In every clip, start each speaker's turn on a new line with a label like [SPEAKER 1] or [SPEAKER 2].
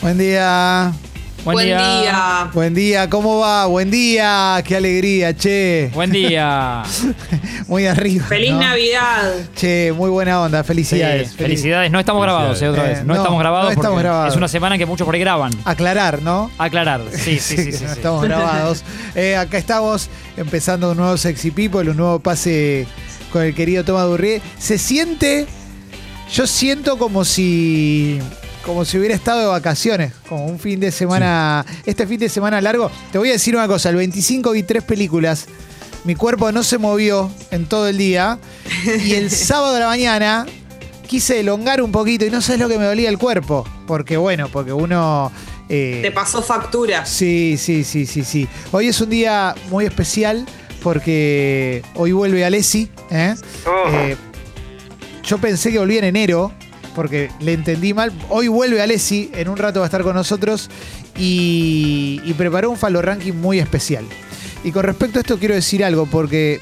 [SPEAKER 1] Buen día.
[SPEAKER 2] Buen, día.
[SPEAKER 1] Buen día, ¿cómo va? Buen día, qué alegría, che.
[SPEAKER 2] Buen día.
[SPEAKER 1] Muy arriba.
[SPEAKER 3] Feliz
[SPEAKER 1] ¿no?
[SPEAKER 3] Navidad.
[SPEAKER 1] Che, muy buena onda, felicidades.
[SPEAKER 2] Sí,
[SPEAKER 1] Feliz-
[SPEAKER 2] felicidades. No estamos grabados, eh, otra
[SPEAKER 1] Eh,
[SPEAKER 2] vez. No,
[SPEAKER 1] no,
[SPEAKER 2] estamos grabados
[SPEAKER 1] no estamos
[SPEAKER 2] porque
[SPEAKER 1] grabados.
[SPEAKER 2] es una semana en que muchos por ahí graban.
[SPEAKER 1] Aclarar, ¿no?
[SPEAKER 2] Aclarar. Sí, sí, sí.
[SPEAKER 1] que
[SPEAKER 2] sí,
[SPEAKER 1] no
[SPEAKER 2] sí.
[SPEAKER 1] estamos grabados. Eh, acá estamos empezando un nuevo Sexy People, un nuevo pase con el querido Tomás Durrié. Se siente, yo siento como si como si hubiera estado de vacaciones, como un fin de semana, este fin de semana largo. Te voy a decir una cosa, el 25 vi tres películas, mi cuerpo no se movió en todo el día y el sábado de la mañana quise elongar un poquito y no sabes lo que me dolía el cuerpo, porque bueno, porque uno... eh,
[SPEAKER 3] Te pasó factura.
[SPEAKER 1] Sí, sí, sí, sí, sí. Hoy es un día muy especial porque hoy vuelve Alessi. ¿eh? Eh, yo pensé que volvía en enero porque le entendí mal. Hoy vuelve Alessi, en un rato va a estar con nosotros y, y preparó un falo ranking muy especial. Y con respecto a esto quiero decir algo porque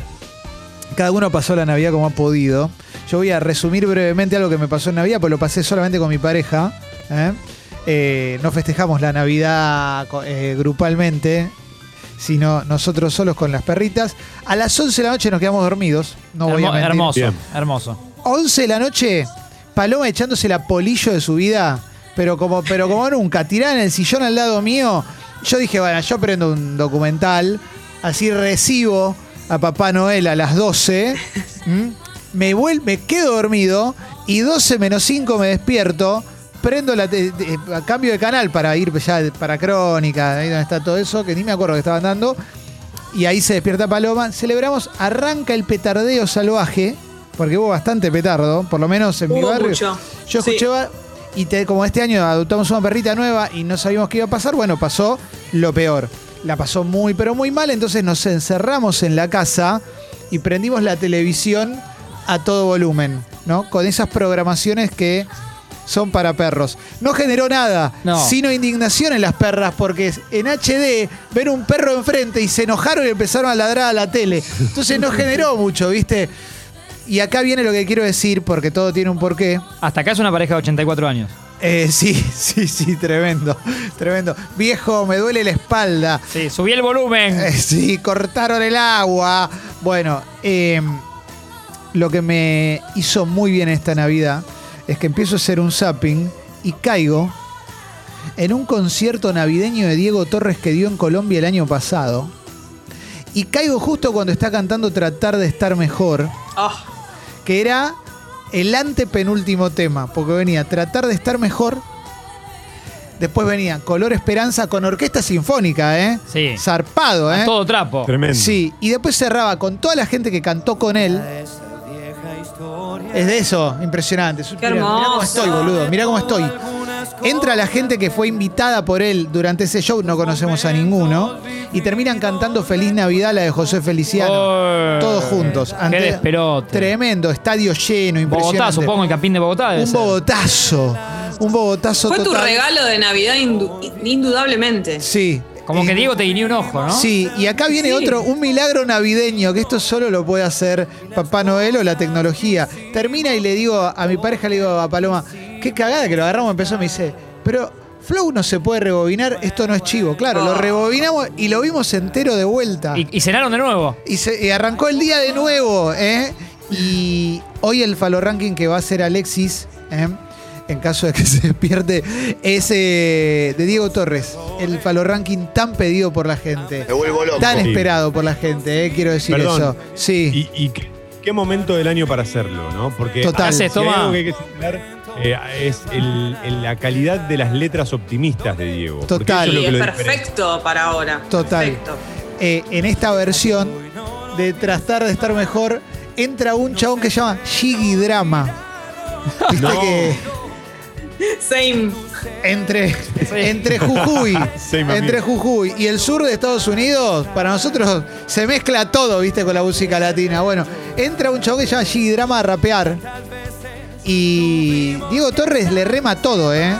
[SPEAKER 1] cada uno pasó la Navidad como ha podido. Yo voy a resumir brevemente algo que me pasó en Navidad, pues lo pasé solamente con mi pareja. ¿eh? Eh, no festejamos la Navidad co- eh, grupalmente, sino nosotros solos con las perritas. A las 11 de la noche nos quedamos dormidos. No voy a
[SPEAKER 2] Hermo-
[SPEAKER 1] mentir.
[SPEAKER 2] hermoso,
[SPEAKER 4] Bien.
[SPEAKER 2] hermoso.
[SPEAKER 1] 11 de la noche, Paloma echándose la polillo de su vida, pero como, pero como nunca, tirada en el sillón al lado mío. Yo dije, bueno, yo prendo un documental, así recibo a Papá Noel a las 12, ¿m? Mm, me, vuel- me quedo dormido y 12 menos 5 me despierto, prendo la te- te- a cambio de canal para ir ya para Crónica, ahí donde está todo eso, que ni me acuerdo que estaban dando, y ahí se despierta Paloma, celebramos, arranca el petardeo salvaje, porque hubo bastante petardo, por lo menos en mi
[SPEAKER 3] Hubo
[SPEAKER 1] barrio.
[SPEAKER 3] mucho.
[SPEAKER 1] Yo
[SPEAKER 3] Sí.
[SPEAKER 1] escuché va- y te- como este año adoptamos una perrita nueva y no sabíamos qué iba a pasar, bueno, pasó lo peor. La pasó muy, pero muy mal, entonces nos encerramos en la casa y prendimos la televisión a todo volumen, ¿no? Con esas programaciones que son para perros. No generó nada,
[SPEAKER 2] No.
[SPEAKER 1] sino indignación en las perras, porque en HD ven un perro enfrente y se enojaron y empezaron a ladrar a la tele. Entonces no generó mucho, ¿viste? Y acá viene lo que quiero decir, porque todo tiene un porqué.
[SPEAKER 2] Hasta acá es una pareja de 84 años.
[SPEAKER 1] Eh, sí, sí, sí, tremendo, tremendo. Viejo, me duele la espalda.
[SPEAKER 2] Sí, subí el volumen.
[SPEAKER 1] Eh, sí, cortaron el agua. Bueno, eh, lo que me hizo muy bien esta Navidad es que empiezo a hacer un zapping y caigo en un concierto navideño de Diego Torres que dio en Colombia el año pasado. Y caigo justo cuando está cantando Tratar de estar mejor
[SPEAKER 3] Ah,
[SPEAKER 1] que era el antepenúltimo tema, porque venía Tratar de estar mejor, después venía Color Esperanza con orquesta sinfónica, ¿eh?
[SPEAKER 2] Sí.
[SPEAKER 1] Zarpado, ¿eh?
[SPEAKER 2] Todo trapo.
[SPEAKER 4] Tremendo.
[SPEAKER 1] Sí, y después cerraba con toda la gente que cantó con él. Es de eso, impresionante. Es un-
[SPEAKER 3] Qué
[SPEAKER 1] mirá- mirá cómo
[SPEAKER 3] hermoso.
[SPEAKER 1] estoy, boludo, mirá cómo estoy. Entra la gente que fue invitada por él durante ese show, no conocemos a ninguno, y terminan cantando Feliz Navidad la de José Feliciano.
[SPEAKER 2] Oh.
[SPEAKER 1] todos juntos.
[SPEAKER 2] Qué
[SPEAKER 1] Ante-
[SPEAKER 2] desperote.
[SPEAKER 1] Tremendo, estadio lleno, impresionante.
[SPEAKER 2] Bogotá, supongo, el campín de Bogotá. debe
[SPEAKER 1] Un
[SPEAKER 2] ser.
[SPEAKER 1] Bogotazo. Un Bogotazo
[SPEAKER 3] fue tu
[SPEAKER 1] total.
[SPEAKER 3] regalo de Navidad indu- indudablemente.
[SPEAKER 1] Sí.
[SPEAKER 2] Como que
[SPEAKER 1] Eh,
[SPEAKER 2] Diego te guiñó un ojo, ¿no?
[SPEAKER 1] Sí, y acá viene
[SPEAKER 3] Sí.
[SPEAKER 1] otro, un milagro navideño, que esto solo lo puede hacer Papá Noel o la tecnología. Termina y le digo a mi pareja, le digo a Paloma, qué cagada que lo agarramos, empezó, me dice, pero Flow no se puede rebobinar, esto no es chivo. Claro,
[SPEAKER 3] Ah.
[SPEAKER 1] lo rebobinamos y lo vimos entero de vuelta.
[SPEAKER 2] Y, y cenaron de nuevo.
[SPEAKER 1] Y, se- y arrancó el día de nuevo, ¿eh? Y hoy el falo ranking que va a hacer Alexis, ¿eh? en caso de que se despierte, es eh, de Diego Torres. El falo ranking tan pedido por la gente.
[SPEAKER 5] Me vuelvo loco.
[SPEAKER 1] Tan
[SPEAKER 4] Sí.
[SPEAKER 1] esperado por la gente, ¿eh? quiero decir
[SPEAKER 4] Perdón.
[SPEAKER 1] eso. Sí,
[SPEAKER 4] Y, y qué, qué momento del año para hacerlo, ¿no? Porque
[SPEAKER 1] Total.
[SPEAKER 4] si hay
[SPEAKER 2] Toma.
[SPEAKER 4] algo que hay que señalar, eh, es el- el- la calidad de las letras optimistas de Diego. porque
[SPEAKER 1] Total.
[SPEAKER 4] eso
[SPEAKER 3] Y
[SPEAKER 4] es
[SPEAKER 3] es
[SPEAKER 4] lo que lo diferencia.
[SPEAKER 3] perfecto para ahora.
[SPEAKER 1] Total.
[SPEAKER 3] Perfecto.
[SPEAKER 1] Eh, en esta versión de Trastar de Estar Mejor, entra un chabón que se llama Shiggy Drama. Viste
[SPEAKER 4] No.
[SPEAKER 1] que
[SPEAKER 3] Same.
[SPEAKER 1] entre, entre Jujuy,
[SPEAKER 4] Sí, mami.
[SPEAKER 1] entre Jujuy y el sur de Estados Unidos, para nosotros se mezcla todo, viste, con la música latina. Bueno, entra un chabón que se llama Shiggy Drama a rapear y Diego Torres le rema todo, ¿eh?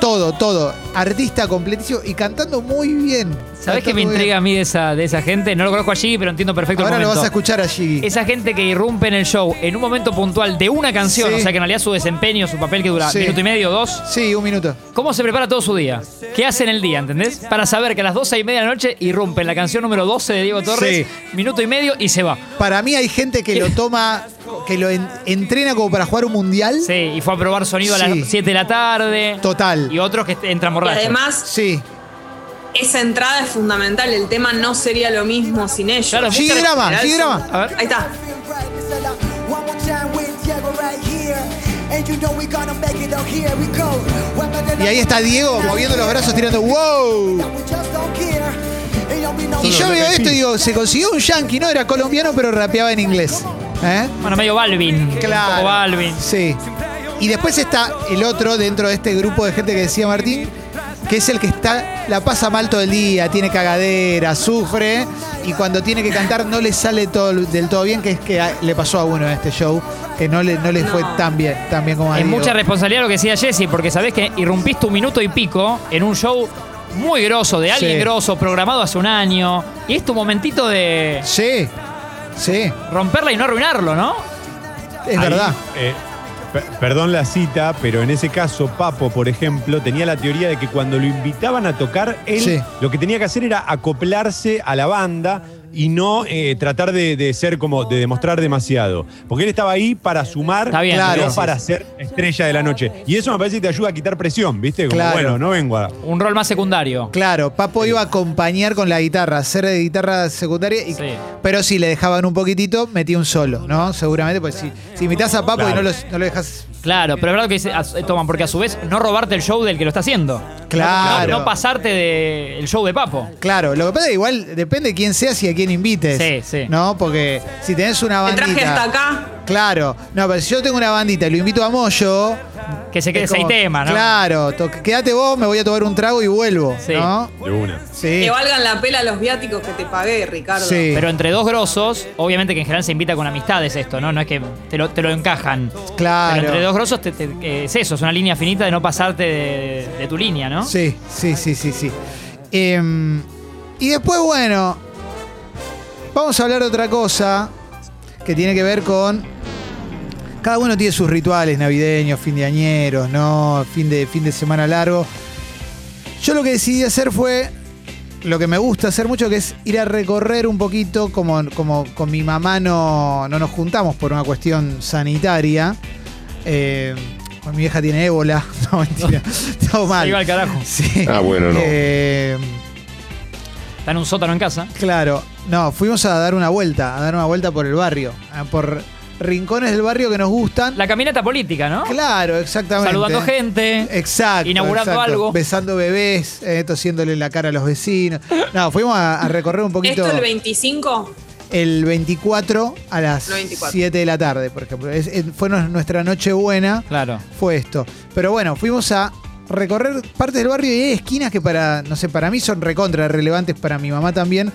[SPEAKER 1] Todo, todo. Artista completísimo y cantando muy bien.
[SPEAKER 2] ¿Sabés qué me
[SPEAKER 1] Cantando muy
[SPEAKER 2] intriga a mí de esa, de esa gente? No lo conozco allí, pero entiendo
[SPEAKER 1] bien.
[SPEAKER 2] perfecto el
[SPEAKER 1] Ahora lo
[SPEAKER 2] momento.
[SPEAKER 1] vas a escuchar a Gigi.
[SPEAKER 2] Esa gente que irrumpe en el show en un momento puntual de una canción,
[SPEAKER 1] Sí.
[SPEAKER 2] o sea que en realidad su desempeño, su papel que dura
[SPEAKER 1] Sí.
[SPEAKER 2] minuto y medio, dos,
[SPEAKER 1] Sí, un minuto.
[SPEAKER 2] ¿cómo se prepara todo su día? ¿Qué hace en el día, entendés? Para saber que a las 12 y media de la noche irrumpe en la canción número 12 de Diego Torres, minuto y medio y se va.
[SPEAKER 1] Para mí hay gente que lo toma, que lo en- entrena como para jugar un mundial.
[SPEAKER 2] Sí, y fue a probar sonido a
[SPEAKER 1] Sí.
[SPEAKER 2] las 7 de la tarde.
[SPEAKER 1] Total.
[SPEAKER 2] Y otros que entran
[SPEAKER 3] Y
[SPEAKER 2] borrachos.
[SPEAKER 3] además,
[SPEAKER 1] Sí.
[SPEAKER 3] esa entrada es fundamental. El tema no sería lo mismo sin ellos.
[SPEAKER 2] Claro,
[SPEAKER 1] Gigi
[SPEAKER 2] muchas-
[SPEAKER 1] Drama,
[SPEAKER 3] General,
[SPEAKER 1] Gigi
[SPEAKER 3] son-
[SPEAKER 1] Drama.
[SPEAKER 2] A ver.
[SPEAKER 3] Ahí está.
[SPEAKER 5] One more time with Diego right here. And you know we gonna make it out here we go.
[SPEAKER 1] Y ahí está Diego moviendo los brazos, tirando ¡Wow! Y yo veo esto y digo, se consiguió un yankee, ¿no? Era colombiano, pero rapeaba en inglés. ¿Eh?
[SPEAKER 2] Bueno, medio Balvin.
[SPEAKER 1] Claro.
[SPEAKER 2] Un poco Balvin.
[SPEAKER 1] Sí. Y después está el otro dentro de este grupo de gente que decía Martín, que es el que está, la pasa mal todo el día, tiene cagadera, sufre, y cuando tiene que cantar no le sale todo, del todo bien, que es que a- le pasó a uno en este show, que no le, no le fue
[SPEAKER 3] No.
[SPEAKER 1] tan bien, tan bien como a
[SPEAKER 2] Es
[SPEAKER 1] Diego.
[SPEAKER 2] mucha responsabilidad lo que decía Jesse, porque sabés que irrumpiste un minuto y pico en un show muy grosso, de alguien
[SPEAKER 1] Sí.
[SPEAKER 2] grosso, programado hace un año. Y es tu momentito de
[SPEAKER 1] Sí, sí,
[SPEAKER 2] romperla y no arruinarlo, ¿no?
[SPEAKER 1] es
[SPEAKER 4] Ahí,
[SPEAKER 1] verdad.
[SPEAKER 4] eh, per- Perdón la cita, pero en ese caso, Papo, por ejemplo, tenía la teoría de que cuando lo invitaban a tocar, él
[SPEAKER 1] Sí.
[SPEAKER 4] lo que tenía que hacer era acoplarse a la banda y no eh, tratar de, de ser como, de demostrar demasiado. Porque él estaba ahí para sumar,
[SPEAKER 2] Está bien,
[SPEAKER 1] Claro.
[SPEAKER 4] no para ser estrella de la noche. Y eso me parece que te ayuda a quitar presión, ¿viste? Como,
[SPEAKER 1] Claro.
[SPEAKER 4] bueno, no vengo a.
[SPEAKER 2] Un rol más secundario.
[SPEAKER 1] Claro, Papo iba a acompañar con la guitarra, hacer de guitarra secundaria, y-
[SPEAKER 2] Sí.
[SPEAKER 1] pero si le dejaban un poquitito, metía un solo, ¿no? Seguramente, pues si, si imitás a Papo y no
[SPEAKER 4] Claro.
[SPEAKER 1] lo, no lo dejas.
[SPEAKER 2] Claro, pero es verdad que dice- as- eh, toman, porque a su vez no robarte el show del que lo está haciendo.
[SPEAKER 1] Claro.
[SPEAKER 2] No, no pasarte del show de Papo.
[SPEAKER 1] Claro, lo que pasa es que igual depende de quién seas y a quién invites.
[SPEAKER 2] Sí, sí.
[SPEAKER 1] ¿No? Porque si tenés una
[SPEAKER 3] Te
[SPEAKER 1] bandita.
[SPEAKER 3] traje hasta acá.
[SPEAKER 1] Claro. No, pero si yo tengo una bandita y lo invito a Moyo.
[SPEAKER 2] Que se quede
[SPEAKER 1] es como-
[SPEAKER 2] seis temas, ¿no?
[SPEAKER 1] Claro, to- quédate vos, me voy a tomar un trago y vuelvo.
[SPEAKER 2] Sí.
[SPEAKER 1] ¿No?
[SPEAKER 4] De una.
[SPEAKER 1] Sí.
[SPEAKER 3] Que valgan la pela los viáticos que te pagué, Ricardo.
[SPEAKER 1] Sí.
[SPEAKER 2] Pero entre dos grosos, obviamente que en general se invita con amistades esto, ¿no? No es que te lo, te lo encajan.
[SPEAKER 1] Claro.
[SPEAKER 2] Pero entre dos grosos te- te- eh, es eso, es una línea finita de no pasarte de, de tu línea, ¿no?
[SPEAKER 1] Sí, sí, sí, sí, sí. Em, y después, bueno, vamos a hablar de otra cosa que tiene que ver con. Cada uno tiene sus rituales navideños, fin de añeros, ¿no? Fin de, fin de semana largo. Yo lo que decidí hacer fue lo que me gusta hacer mucho, que es ir a recorrer un poquito, como, como con mi mamá no, no nos juntamos por una cuestión sanitaria. Eh, pues mi vieja tiene ébola, no mentira, todo mal.
[SPEAKER 2] Se iba al carajo.
[SPEAKER 1] Sí.
[SPEAKER 6] Ah, bueno, no.
[SPEAKER 1] Eh,
[SPEAKER 2] Está en un sótano en casa.
[SPEAKER 1] claro, no, fuimos a dar una vuelta, a dar una vuelta por el barrio, ah, por rincones del barrio que nos gustan.
[SPEAKER 2] La caminata política, ¿no?
[SPEAKER 1] Claro, exactamente.
[SPEAKER 2] Saludando
[SPEAKER 1] Eh,
[SPEAKER 2] gente.
[SPEAKER 1] Exacto.
[SPEAKER 2] Inaugurando
[SPEAKER 1] exacto.
[SPEAKER 2] algo.
[SPEAKER 1] Besando bebés, eh, tosiéndole la cara a los vecinos. No, fuimos a, a recorrer un poquito
[SPEAKER 3] Esto el 25
[SPEAKER 1] el 24 a las
[SPEAKER 3] Lo 24.
[SPEAKER 1] 7 de la tarde, por ejemplo. Es- es- fue nos- nuestra noche buena,
[SPEAKER 2] Claro.
[SPEAKER 1] fue esto. Pero bueno, fuimos a recorrer partes del barrio y hay esquinas que para, no sé, para mí son recontra relevantes, para mi mamá también.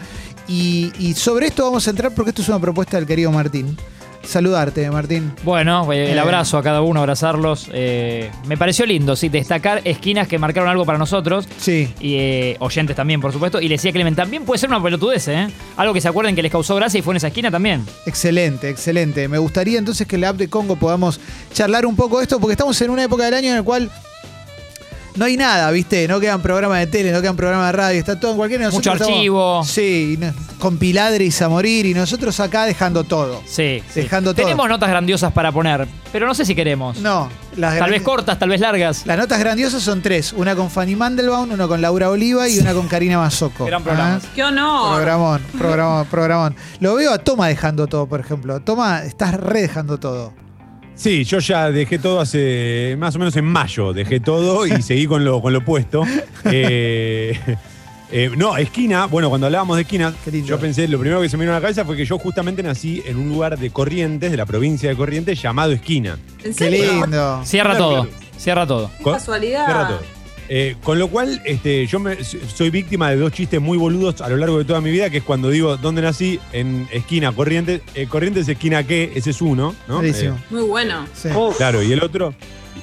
[SPEAKER 1] Y, y sobre esto vamos a entrar porque esto es una propuesta del querido Martín. Saludarte, Martín.
[SPEAKER 2] Bueno, eh, el
[SPEAKER 1] Eh.
[SPEAKER 2] abrazo a cada uno, abrazarlos. Eh, me pareció lindo, sí, destacar esquinas que marcaron algo para nosotros.
[SPEAKER 1] Sí.
[SPEAKER 2] Y eh, oyentes también, por supuesto. Y le decía a Clement, también puede ser una pelotudez, ¿eh? Algo que se acuerden que les causó gracia y fue en esa esquina también.
[SPEAKER 1] Excelente, excelente. Me gustaría entonces que en la app de Congo podamos charlar un poco de esto, porque estamos en una época del año en la cual no hay nada, ¿viste? No quedan programas de tele, no quedan programas de radio, está todo en cualquier.
[SPEAKER 2] Mucho
[SPEAKER 1] nosotros estamos-
[SPEAKER 2] archivo.
[SPEAKER 1] sí, y no- con piladres a morir, y nosotros acá dejando todo.
[SPEAKER 2] Sí. sí.
[SPEAKER 1] Dejando todo.
[SPEAKER 2] Tenemos notas grandiosas para poner, pero no sé si queremos.
[SPEAKER 1] No, las
[SPEAKER 2] Tal
[SPEAKER 1] grandes-
[SPEAKER 2] vez cortas, tal vez largas.
[SPEAKER 1] Las notas grandiosas son tres: una con Fanny Mandelbaum, una con Laura Oliva y una con Karina Mazoco.
[SPEAKER 2] Gran programa.
[SPEAKER 3] ¡Qué honor!
[SPEAKER 1] Programón, programón, programón. Lo veo a Toma dejando todo, por ejemplo. Toma, estás re dejando todo.
[SPEAKER 4] Sí, yo ya dejé todo hace más o menos en mayo, dejé todo y seguí con lo, con lo puesto. Eh, eh, no, esquina, bueno, cuando hablábamos de esquina,
[SPEAKER 1] Qué lindo.
[SPEAKER 4] yo pensé, lo primero que se me vino a la cabeza fue que yo justamente nací en un lugar de Corrientes, de la provincia de Corrientes, llamado Esquina.
[SPEAKER 1] Qué
[SPEAKER 3] ¿En serio?
[SPEAKER 1] lindo.
[SPEAKER 2] Cierra
[SPEAKER 4] Claro,
[SPEAKER 2] todo.
[SPEAKER 4] claro.
[SPEAKER 2] Cierra todo.
[SPEAKER 4] Con-
[SPEAKER 3] casualidad.
[SPEAKER 4] Cierra todo. Eh, con lo cual, este, yo me- soy víctima de dos chistes muy boludos a lo largo de toda mi vida, que es cuando digo, ¿dónde nací? En esquina, Corrientes, eh, Corrientes, esquina qué, ese es uno, ¿no?
[SPEAKER 1] Buenísimo.
[SPEAKER 4] Eh,
[SPEAKER 3] Muy bueno.
[SPEAKER 1] Sí.
[SPEAKER 4] Claro, y el otro,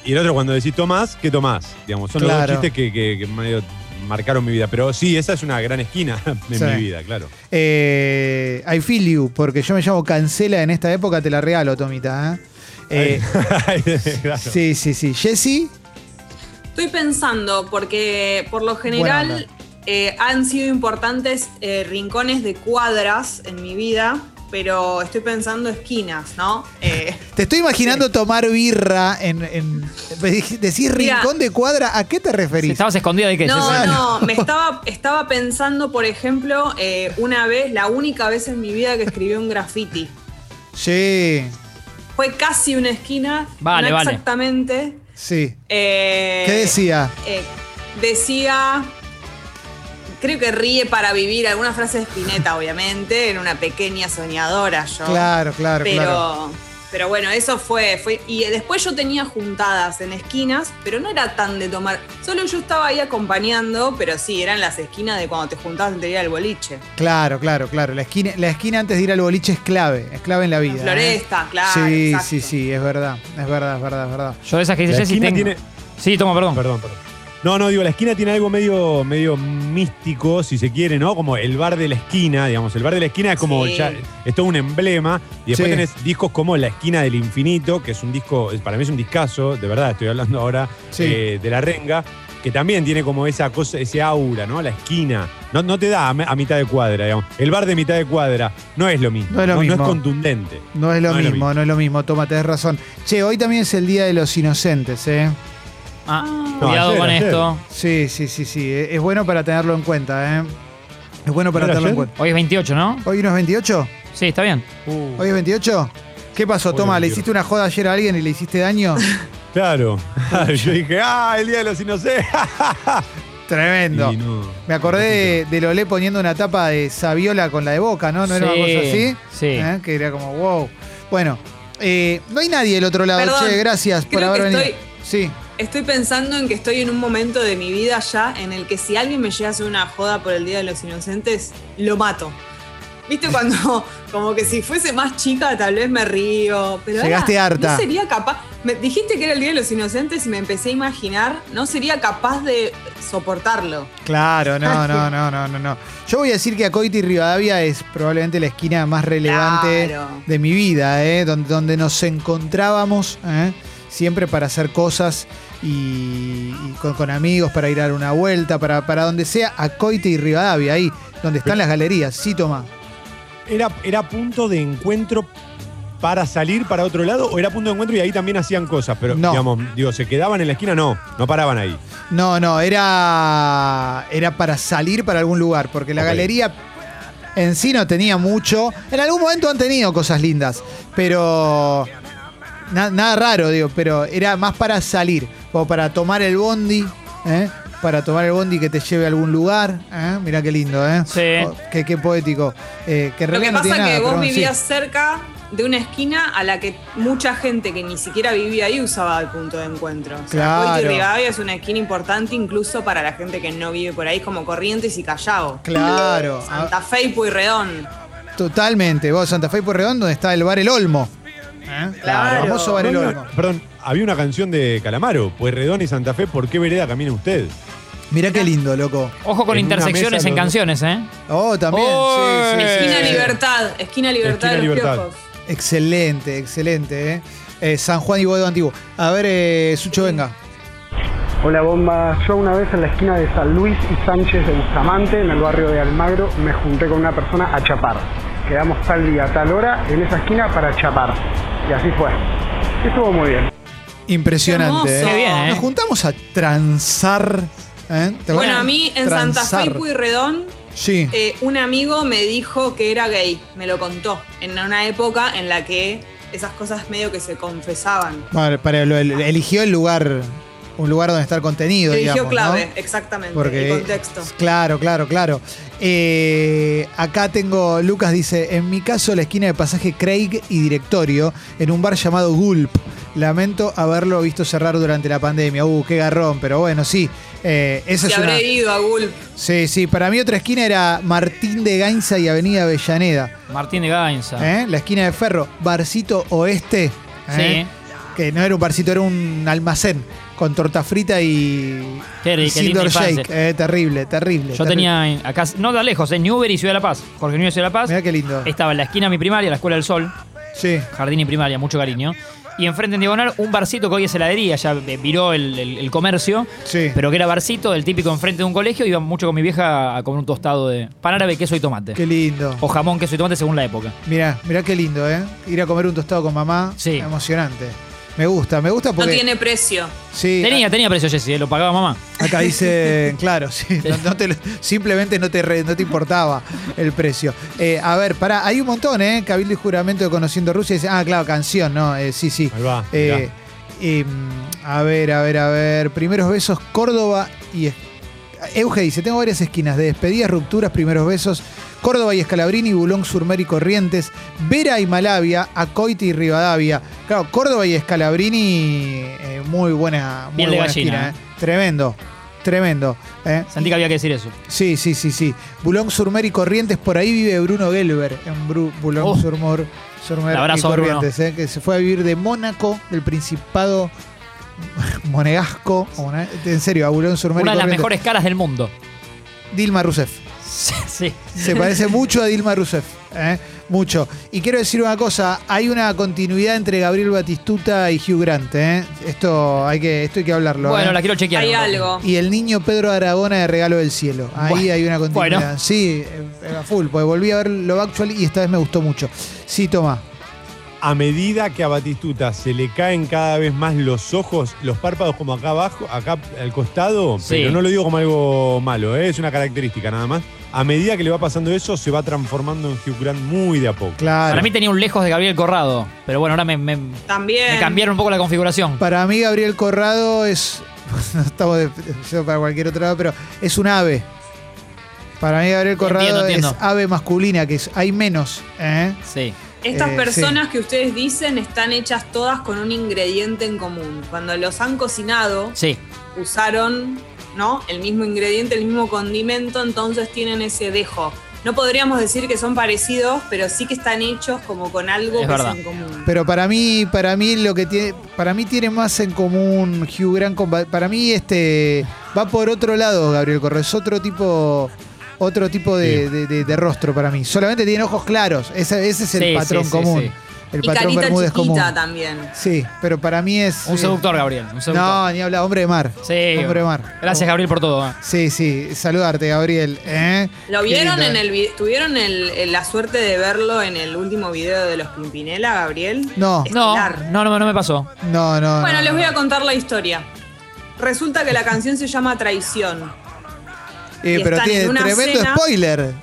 [SPEAKER 4] Y el otro cuando decís Tomás, ¿qué Tomás? Digamos, son los
[SPEAKER 1] Claro.
[SPEAKER 4] dos chistes que, que- que medio marcaron mi vida. Pero sí, esa es una gran esquina en
[SPEAKER 1] Sí.
[SPEAKER 4] mi vida, claro.
[SPEAKER 1] Eh, I feel you, porque yo me llamo Cancela en esta época, te la regalo, Tomita. ¿eh? Eh,
[SPEAKER 4] Ay, claro.
[SPEAKER 1] Sí, sí, sí. Jessy,
[SPEAKER 3] Estoy pensando, porque por lo general
[SPEAKER 1] Buena
[SPEAKER 3] eh, han sido importantes eh, rincones de cuadras en mi vida, pero estoy pensando esquinas, ¿no? Eh,
[SPEAKER 1] te estoy imaginando tomar birra en. en- decís
[SPEAKER 3] Mira.
[SPEAKER 1] rincón de cuadra, ¿a qué te
[SPEAKER 2] Si
[SPEAKER 1] referís?
[SPEAKER 2] estabas escondida de qué.
[SPEAKER 3] no,
[SPEAKER 2] Ceci?
[SPEAKER 3] no, me estaba, estaba pensando, por ejemplo, eh, una vez, la única vez en mi vida que escribí un graffiti.
[SPEAKER 1] Sí,
[SPEAKER 3] Fue casi una esquina,
[SPEAKER 2] Vale,
[SPEAKER 3] no
[SPEAKER 2] vale.
[SPEAKER 3] exactamente.
[SPEAKER 1] sí.
[SPEAKER 3] Eh,
[SPEAKER 1] ¿Qué decía?
[SPEAKER 3] eh, decía, creo que ríe para vivir, alguna frase de Spinetta, obviamente, era una pequeña soñadora yo.
[SPEAKER 1] Claro, claro,
[SPEAKER 3] pero,
[SPEAKER 1] claro.
[SPEAKER 3] pero bueno, eso fue, fue. Y después yo tenía juntadas en esquinas, pero no era tan de tomar. Solo yo estaba ahí acompañando, pero sí, eran las esquinas de cuando te juntabas antes de ir al boliche.
[SPEAKER 1] Claro, claro, claro. La esquina, la esquina antes de ir al boliche es clave, es clave en la vida. ¿eh?
[SPEAKER 3] Floresta, claro.
[SPEAKER 1] Sí,
[SPEAKER 3] exacto.
[SPEAKER 1] sí, sí, es verdad, es verdad, es verdad, es verdad.
[SPEAKER 2] Yo de esas que
[SPEAKER 4] La
[SPEAKER 2] dice Jessy
[SPEAKER 4] esquina
[SPEAKER 2] tengo.
[SPEAKER 4] tiene-
[SPEAKER 2] Sí, toma, perdón.
[SPEAKER 4] Perdón, perdón. No, no, digo, la esquina tiene algo medio, medio místico, si se quiere, ¿no? Como el bar de la esquina, digamos. El bar de la esquina es como
[SPEAKER 3] Sí.
[SPEAKER 4] ya, es todo un emblema. Y después
[SPEAKER 1] Sí.
[SPEAKER 4] tenés discos como La esquina del infinito, que es un disco, para mí es un discazo, de verdad, estoy hablando ahora
[SPEAKER 1] Sí.
[SPEAKER 4] eh, de la renga, que también tiene como esa cosa, ese aura, ¿no? La esquina. No, no te da a, me- a mitad de cuadra, digamos. El bar de mitad de cuadra no es lo mismo.
[SPEAKER 1] No es lo mismo.
[SPEAKER 4] contundente.
[SPEAKER 1] No es lo
[SPEAKER 4] No es lo
[SPEAKER 1] mismo, no es lo mismo, toma, tenés razón. Che, hoy también es el Día de los Inocentes, ¿eh?
[SPEAKER 2] Ah, cuidado
[SPEAKER 4] ayer,
[SPEAKER 2] con
[SPEAKER 4] ayer.
[SPEAKER 2] esto.
[SPEAKER 1] Sí, sí, sí, sí, E, es es bueno para tenerlo en cuenta, ¿eh? Es bueno para
[SPEAKER 4] ¿No
[SPEAKER 1] tenerlo
[SPEAKER 4] era
[SPEAKER 1] en
[SPEAKER 4] ayer?
[SPEAKER 1] cuenta.
[SPEAKER 2] Hoy es 28, ¿no?
[SPEAKER 1] ¿Hoy no es 28?
[SPEAKER 2] Sí, está bien.
[SPEAKER 1] ¿Hoy es 28? ¿Qué pasó,
[SPEAKER 4] Hoy
[SPEAKER 1] Toma?
[SPEAKER 4] es
[SPEAKER 1] ¿Le
[SPEAKER 4] 28.
[SPEAKER 1] hiciste una joda ayer a alguien y le hiciste daño?
[SPEAKER 4] Claro. Yo dije, ah, el día de los inocentes.
[SPEAKER 1] Tremendo.
[SPEAKER 4] Y no.
[SPEAKER 1] Me acordé de, de Lolé poniendo una tapa de Saviola con la de Boca, ¿no? ¿No era una
[SPEAKER 2] Sí,
[SPEAKER 1] cosa así?
[SPEAKER 2] sí.
[SPEAKER 1] ¿Eh? Que era como, wow. Bueno, eh, no hay nadie del otro lado.
[SPEAKER 3] Perdón,
[SPEAKER 1] che, gracias por
[SPEAKER 3] creo
[SPEAKER 1] haber
[SPEAKER 3] que
[SPEAKER 1] venido.
[SPEAKER 3] estoy-
[SPEAKER 1] Sí,
[SPEAKER 3] Estoy pensando en que estoy en un momento de mi vida ya en el que si alguien me llega a hacer una joda por el Día de los Inocentes, lo mato. ¿Viste cuando, como que si fuese más chica, tal vez me río? Pero ahora
[SPEAKER 1] Llegaste harta.
[SPEAKER 3] No sería capaz. Me dijiste que era el Día de los Inocentes y me empecé a imaginar, no sería capaz de soportarlo.
[SPEAKER 1] claro, no, no, no, no, no, no. Yo voy a decir que Acoiti y Rivadavia es probablemente la esquina más relevante
[SPEAKER 3] Claro.
[SPEAKER 1] de mi vida, ¿eh? Donde, donde nos encontrábamos ¿eh? siempre para hacer cosas y, y con, con amigos, para ir a dar una vuelta, para, para donde sea, Acoiti y Rivadavia, ahí, donde están las galerías. Sí, Toma.
[SPEAKER 4] ¿Era, ¿Era punto de encuentro para salir para otro lado o era punto de encuentro y ahí también hacían cosas? Pero,
[SPEAKER 1] No.
[SPEAKER 4] digamos, digo, ¿se quedaban en la esquina? No, no paraban ahí.
[SPEAKER 1] No, no, era, era para salir para algún lugar, porque la
[SPEAKER 4] Ok.
[SPEAKER 1] galería en sí no tenía mucho. En algún momento han tenido cosas lindas, pero na- nada raro, digo, pero era más para salir, o para tomar el bondi, ¿eh? para tomar el bondi que te lleve a algún lugar. ¿eh? Mirá qué lindo, ¿eh?
[SPEAKER 2] Sí.
[SPEAKER 1] Oh, qué, qué poético. Eh, que en
[SPEAKER 3] Lo
[SPEAKER 1] realidad
[SPEAKER 3] que
[SPEAKER 1] no
[SPEAKER 3] pasa
[SPEAKER 1] tiene
[SPEAKER 3] es que
[SPEAKER 1] nada, pero
[SPEAKER 3] vos
[SPEAKER 1] bueno, sí.
[SPEAKER 3] vivías cerca de una esquina a la que mucha gente que ni siquiera vivía ahí usaba el punto de encuentro. O sea,
[SPEAKER 1] Claro.
[SPEAKER 3] Coito y Rivadavia es una esquina importante incluso para la gente que no vive por ahí, como Corrientes y Callao.
[SPEAKER 1] Claro.
[SPEAKER 3] Santa Fe y Pueyrredón.
[SPEAKER 1] Ah, totalmente. Vos, Santa Fe y Porredón, donde está el bar El Olmo. ¿eh?
[SPEAKER 3] Claro.
[SPEAKER 1] El famoso bar El
[SPEAKER 4] No,
[SPEAKER 1] Olmo.
[SPEAKER 4] no, perdón, había una canción de Calamaro, Pueyrredón y Santa Fe, ¿por qué vereda camina usted?
[SPEAKER 1] Mirá qué lindo, loco.
[SPEAKER 2] Ojo con
[SPEAKER 4] En una
[SPEAKER 2] intersecciones
[SPEAKER 4] mesa
[SPEAKER 2] en
[SPEAKER 4] los dos.
[SPEAKER 2] canciones, ¿eh?
[SPEAKER 1] Oh, también.
[SPEAKER 2] ¡Oy!
[SPEAKER 1] sí, sí, sí.
[SPEAKER 3] Esquina Libertad, esquina Libertad
[SPEAKER 4] Esquina
[SPEAKER 3] de los
[SPEAKER 4] Libertad.
[SPEAKER 3] Piojos.
[SPEAKER 1] Excelente, excelente. ¿eh? Eh, San Juan y Boedo Antiguo. A ver, eh, Sucho, venga.
[SPEAKER 6] Hola bomba, yo una vez en la esquina de San Luis y Sánchez de Bustamante, en el barrio de Almagro, me junté con una persona a chapar. Quedamos tal día, tal hora en esa esquina para chapar. Y así fue. Estuvo muy bien.
[SPEAKER 1] Impresionante.
[SPEAKER 3] Qué hermoso.
[SPEAKER 2] Qué bien, ¿eh?
[SPEAKER 1] Nos juntamos a transar. ¿eh? ¿Te
[SPEAKER 3] Bueno,
[SPEAKER 1] acuerdas?
[SPEAKER 3] a mí en Santa
[SPEAKER 1] Transar.
[SPEAKER 3] Fe y Pueyrredón,
[SPEAKER 1] Sí.
[SPEAKER 3] eh, un amigo me dijo que era gay. Me lo contó. En una época en la que esas cosas medio que se confesaban.
[SPEAKER 1] Bueno, para lo- el- eligió el lugar, un lugar donde estar contenido,
[SPEAKER 3] Eligió
[SPEAKER 1] digamos,
[SPEAKER 3] clave,
[SPEAKER 1] ¿no?
[SPEAKER 3] exactamente,
[SPEAKER 1] Porque,
[SPEAKER 3] el contexto.
[SPEAKER 1] Claro, claro, claro. Eh, acá tengo, Lucas dice, en mi caso la esquina de pasaje Craig y Directorio, en un bar llamado Gulp. Lamento haberlo visto cerrar durante la pandemia. Uh, qué garrón, pero bueno, sí. Eh, esa
[SPEAKER 3] Si
[SPEAKER 1] es una...
[SPEAKER 3] habré ido a Gulp.
[SPEAKER 1] Sí, sí, para mí otra esquina era Martín de Gainza y Avenida Avellaneda.
[SPEAKER 2] Martín de Gainza.
[SPEAKER 1] ¿eh? La esquina de Ferro, Barcito Oeste. ¿eh?
[SPEAKER 2] Sí.
[SPEAKER 1] que no era un barcito, era un almacén con torta frita y
[SPEAKER 2] Qué rica,
[SPEAKER 1] y
[SPEAKER 2] qué linda
[SPEAKER 1] Silver
[SPEAKER 2] infancia.
[SPEAKER 1] Shake. Eh, terrible, terrible.
[SPEAKER 2] Yo tenía en- acá, no de lejos, en Newbery, Ciudad de la Paz. Jorge Newbery, Ciudad de la Paz.
[SPEAKER 1] Mira qué lindo.
[SPEAKER 2] Estaba en la esquina de mi primaria, la Escuela del Sol,
[SPEAKER 1] Sí.
[SPEAKER 2] jardín y primaria, mucho cariño. Y enfrente en diagonal, un barcito que hoy es heladería, ya eh, viró el, el- el comercio.
[SPEAKER 1] Sí.
[SPEAKER 2] Pero que era barcito, el típico enfrente de un colegio. Iba mucho con mi vieja a comer un tostado de pan árabe, queso y tomate.
[SPEAKER 1] Qué lindo.
[SPEAKER 2] O jamón, queso y tomate según la época.
[SPEAKER 1] Mirá, mirá qué lindo, ¿eh? Ir a comer un tostado con mamá.
[SPEAKER 2] Sí.
[SPEAKER 1] Emocionante. Me gusta, me gusta
[SPEAKER 3] No
[SPEAKER 1] porque.
[SPEAKER 3] tiene precio.
[SPEAKER 1] sí, ah.
[SPEAKER 2] Tenía, tenía precio, Jessy, eh, lo pagaba mamá.
[SPEAKER 1] Acá dice, claro, sí, no- no te lo- simplemente no te, re- no te importaba el precio. Eh, a ver, pará, hay un montón, ¿eh? Cabildo y juramento de Conociendo Rusia. Dice, ah, claro, canción, ¿no? Eh, sí, sí.
[SPEAKER 4] Ahí va,
[SPEAKER 1] Eh, eh, a ver, a ver, a ver. Primeros besos, Córdoba y... Es- Euge dice, tengo varias esquinas de despedidas, rupturas, primeros besos. Córdoba y Escalabrini, Bulón, Surmer y Corrientes, Vera y Malavia, Acoiti y Rivadavia. Claro, Córdoba y Escalabrini, eh, muy buena, muy
[SPEAKER 2] Piel de
[SPEAKER 1] buena
[SPEAKER 2] gallina,
[SPEAKER 1] esquina,
[SPEAKER 2] ¿eh?
[SPEAKER 1] ¿eh? Tremendo, tremendo. ¿eh?
[SPEAKER 2] Sentí que había que decir eso.
[SPEAKER 1] Sí, sí, sí, sí. Bulón Surmer y Corrientes, por ahí vive Bruno Gelber en Bru- Bulón
[SPEAKER 2] Oh.
[SPEAKER 1] Surmor- Surmer
[SPEAKER 2] Un abrazo
[SPEAKER 1] y
[SPEAKER 2] a Bruno.
[SPEAKER 1] Corrientes, ¿eh? que se fue a vivir de Mónaco, del Principado Monegasco, o una- en serio, a Bulón Surmer
[SPEAKER 2] Una
[SPEAKER 1] y
[SPEAKER 2] de las
[SPEAKER 1] Corrientes.
[SPEAKER 2] mejores caras del mundo.
[SPEAKER 1] Dilma Rousseff.
[SPEAKER 2] Sí, sí.
[SPEAKER 1] Se parece mucho a Dilma Rousseff, ¿eh? mucho. Y quiero decir una cosa, hay una continuidad entre Gabriel Batistuta y Hugh Grant, ¿eh? esto hay que, esto hay que hablarlo.
[SPEAKER 2] Bueno,
[SPEAKER 1] ¿eh?
[SPEAKER 2] la quiero chequear.
[SPEAKER 3] Hay
[SPEAKER 2] un poco.
[SPEAKER 3] algo.
[SPEAKER 1] Y el niño Pedro Aragona de Regalo del Cielo. Ahí
[SPEAKER 2] Bueno,
[SPEAKER 1] hay una continuidad.
[SPEAKER 2] bueno.
[SPEAKER 1] Sí, eh, a full, porque volví a ver Love Actually y esta vez me gustó mucho. Sí, toma.
[SPEAKER 4] A medida que a Batistuta se le caen cada vez más los ojos, los párpados como acá abajo, acá al costado,
[SPEAKER 2] Sí.
[SPEAKER 4] pero no lo digo como algo malo, ¿eh? es una característica nada más. A medida que le va pasando eso, se va transformando en Hugh Grant muy de a poco.
[SPEAKER 1] Claro.
[SPEAKER 2] Para mí tenía un lejos de Gabriel Corrado, pero bueno, ahora me, me- me
[SPEAKER 3] También.
[SPEAKER 2] cambiaron un poco la configuración.
[SPEAKER 1] Para mí, Gabriel Corrado es. No estamos de- yo para cualquier otro lado, pero es un ave. Para mí, Gabriel Corrado
[SPEAKER 2] Entiendo, entiendo.
[SPEAKER 1] es ave masculina, que es, hay menos. ¿eh?
[SPEAKER 2] Sí.
[SPEAKER 3] Estas
[SPEAKER 1] Eh,
[SPEAKER 3] personas que ustedes dicen están hechas todas con un ingrediente en común. Cuando los han cocinado,
[SPEAKER 2] Sí,
[SPEAKER 3] usaron ¿no? el mismo ingrediente, el mismo condimento, entonces tienen ese dejo. No podríamos decir que son parecidos, pero sí que están hechos como con algo
[SPEAKER 2] Es
[SPEAKER 3] que es
[SPEAKER 2] verdad.
[SPEAKER 3] en común.
[SPEAKER 1] Pero para mí, para mí lo que tiene, para mí tiene más en común Hugh Grant con Ba- para mí este va por otro lado Gabriel Correa, es otro tipo otro tipo de, de- de- de rostro para mí. Solamente tiene ojos claros, ese, ese es el
[SPEAKER 2] Sí,
[SPEAKER 1] patrón
[SPEAKER 2] sí, sí,
[SPEAKER 1] común.
[SPEAKER 2] sí.
[SPEAKER 1] El
[SPEAKER 3] y
[SPEAKER 1] patrón
[SPEAKER 3] carita
[SPEAKER 1] Bermúdez
[SPEAKER 3] chiquita
[SPEAKER 1] común.
[SPEAKER 3] también.
[SPEAKER 1] Sí, pero para mí es
[SPEAKER 2] un
[SPEAKER 1] eh,
[SPEAKER 2] seductor, Gabriel. Un seductor.
[SPEAKER 1] No, ni habla, hombre de mar.
[SPEAKER 2] Sí.
[SPEAKER 1] Hombre de mar.
[SPEAKER 2] Gracias, Gabriel, por todo. ¿eh?
[SPEAKER 1] Sí, sí, saludarte Gabriel, ¿eh?
[SPEAKER 3] ¿Lo
[SPEAKER 1] Qué
[SPEAKER 3] vieron
[SPEAKER 1] lindo,
[SPEAKER 3] en
[SPEAKER 1] ¿eh?
[SPEAKER 3] el vi- ¿Tuvieron el- el- la suerte de verlo en el último video de los Pimpinela, Gabriel?
[SPEAKER 1] No.
[SPEAKER 2] No,
[SPEAKER 3] Estelar.
[SPEAKER 2] no, no, no me pasó.
[SPEAKER 1] No, no.
[SPEAKER 3] Bueno,
[SPEAKER 1] no,
[SPEAKER 3] les
[SPEAKER 1] no.
[SPEAKER 3] voy a contar la historia. Resulta que la canción se llama Traición.
[SPEAKER 1] Eh,
[SPEAKER 3] y
[SPEAKER 1] pero
[SPEAKER 3] están
[SPEAKER 1] tiene
[SPEAKER 3] en una
[SPEAKER 1] tremendo
[SPEAKER 3] cena.
[SPEAKER 1] spoiler.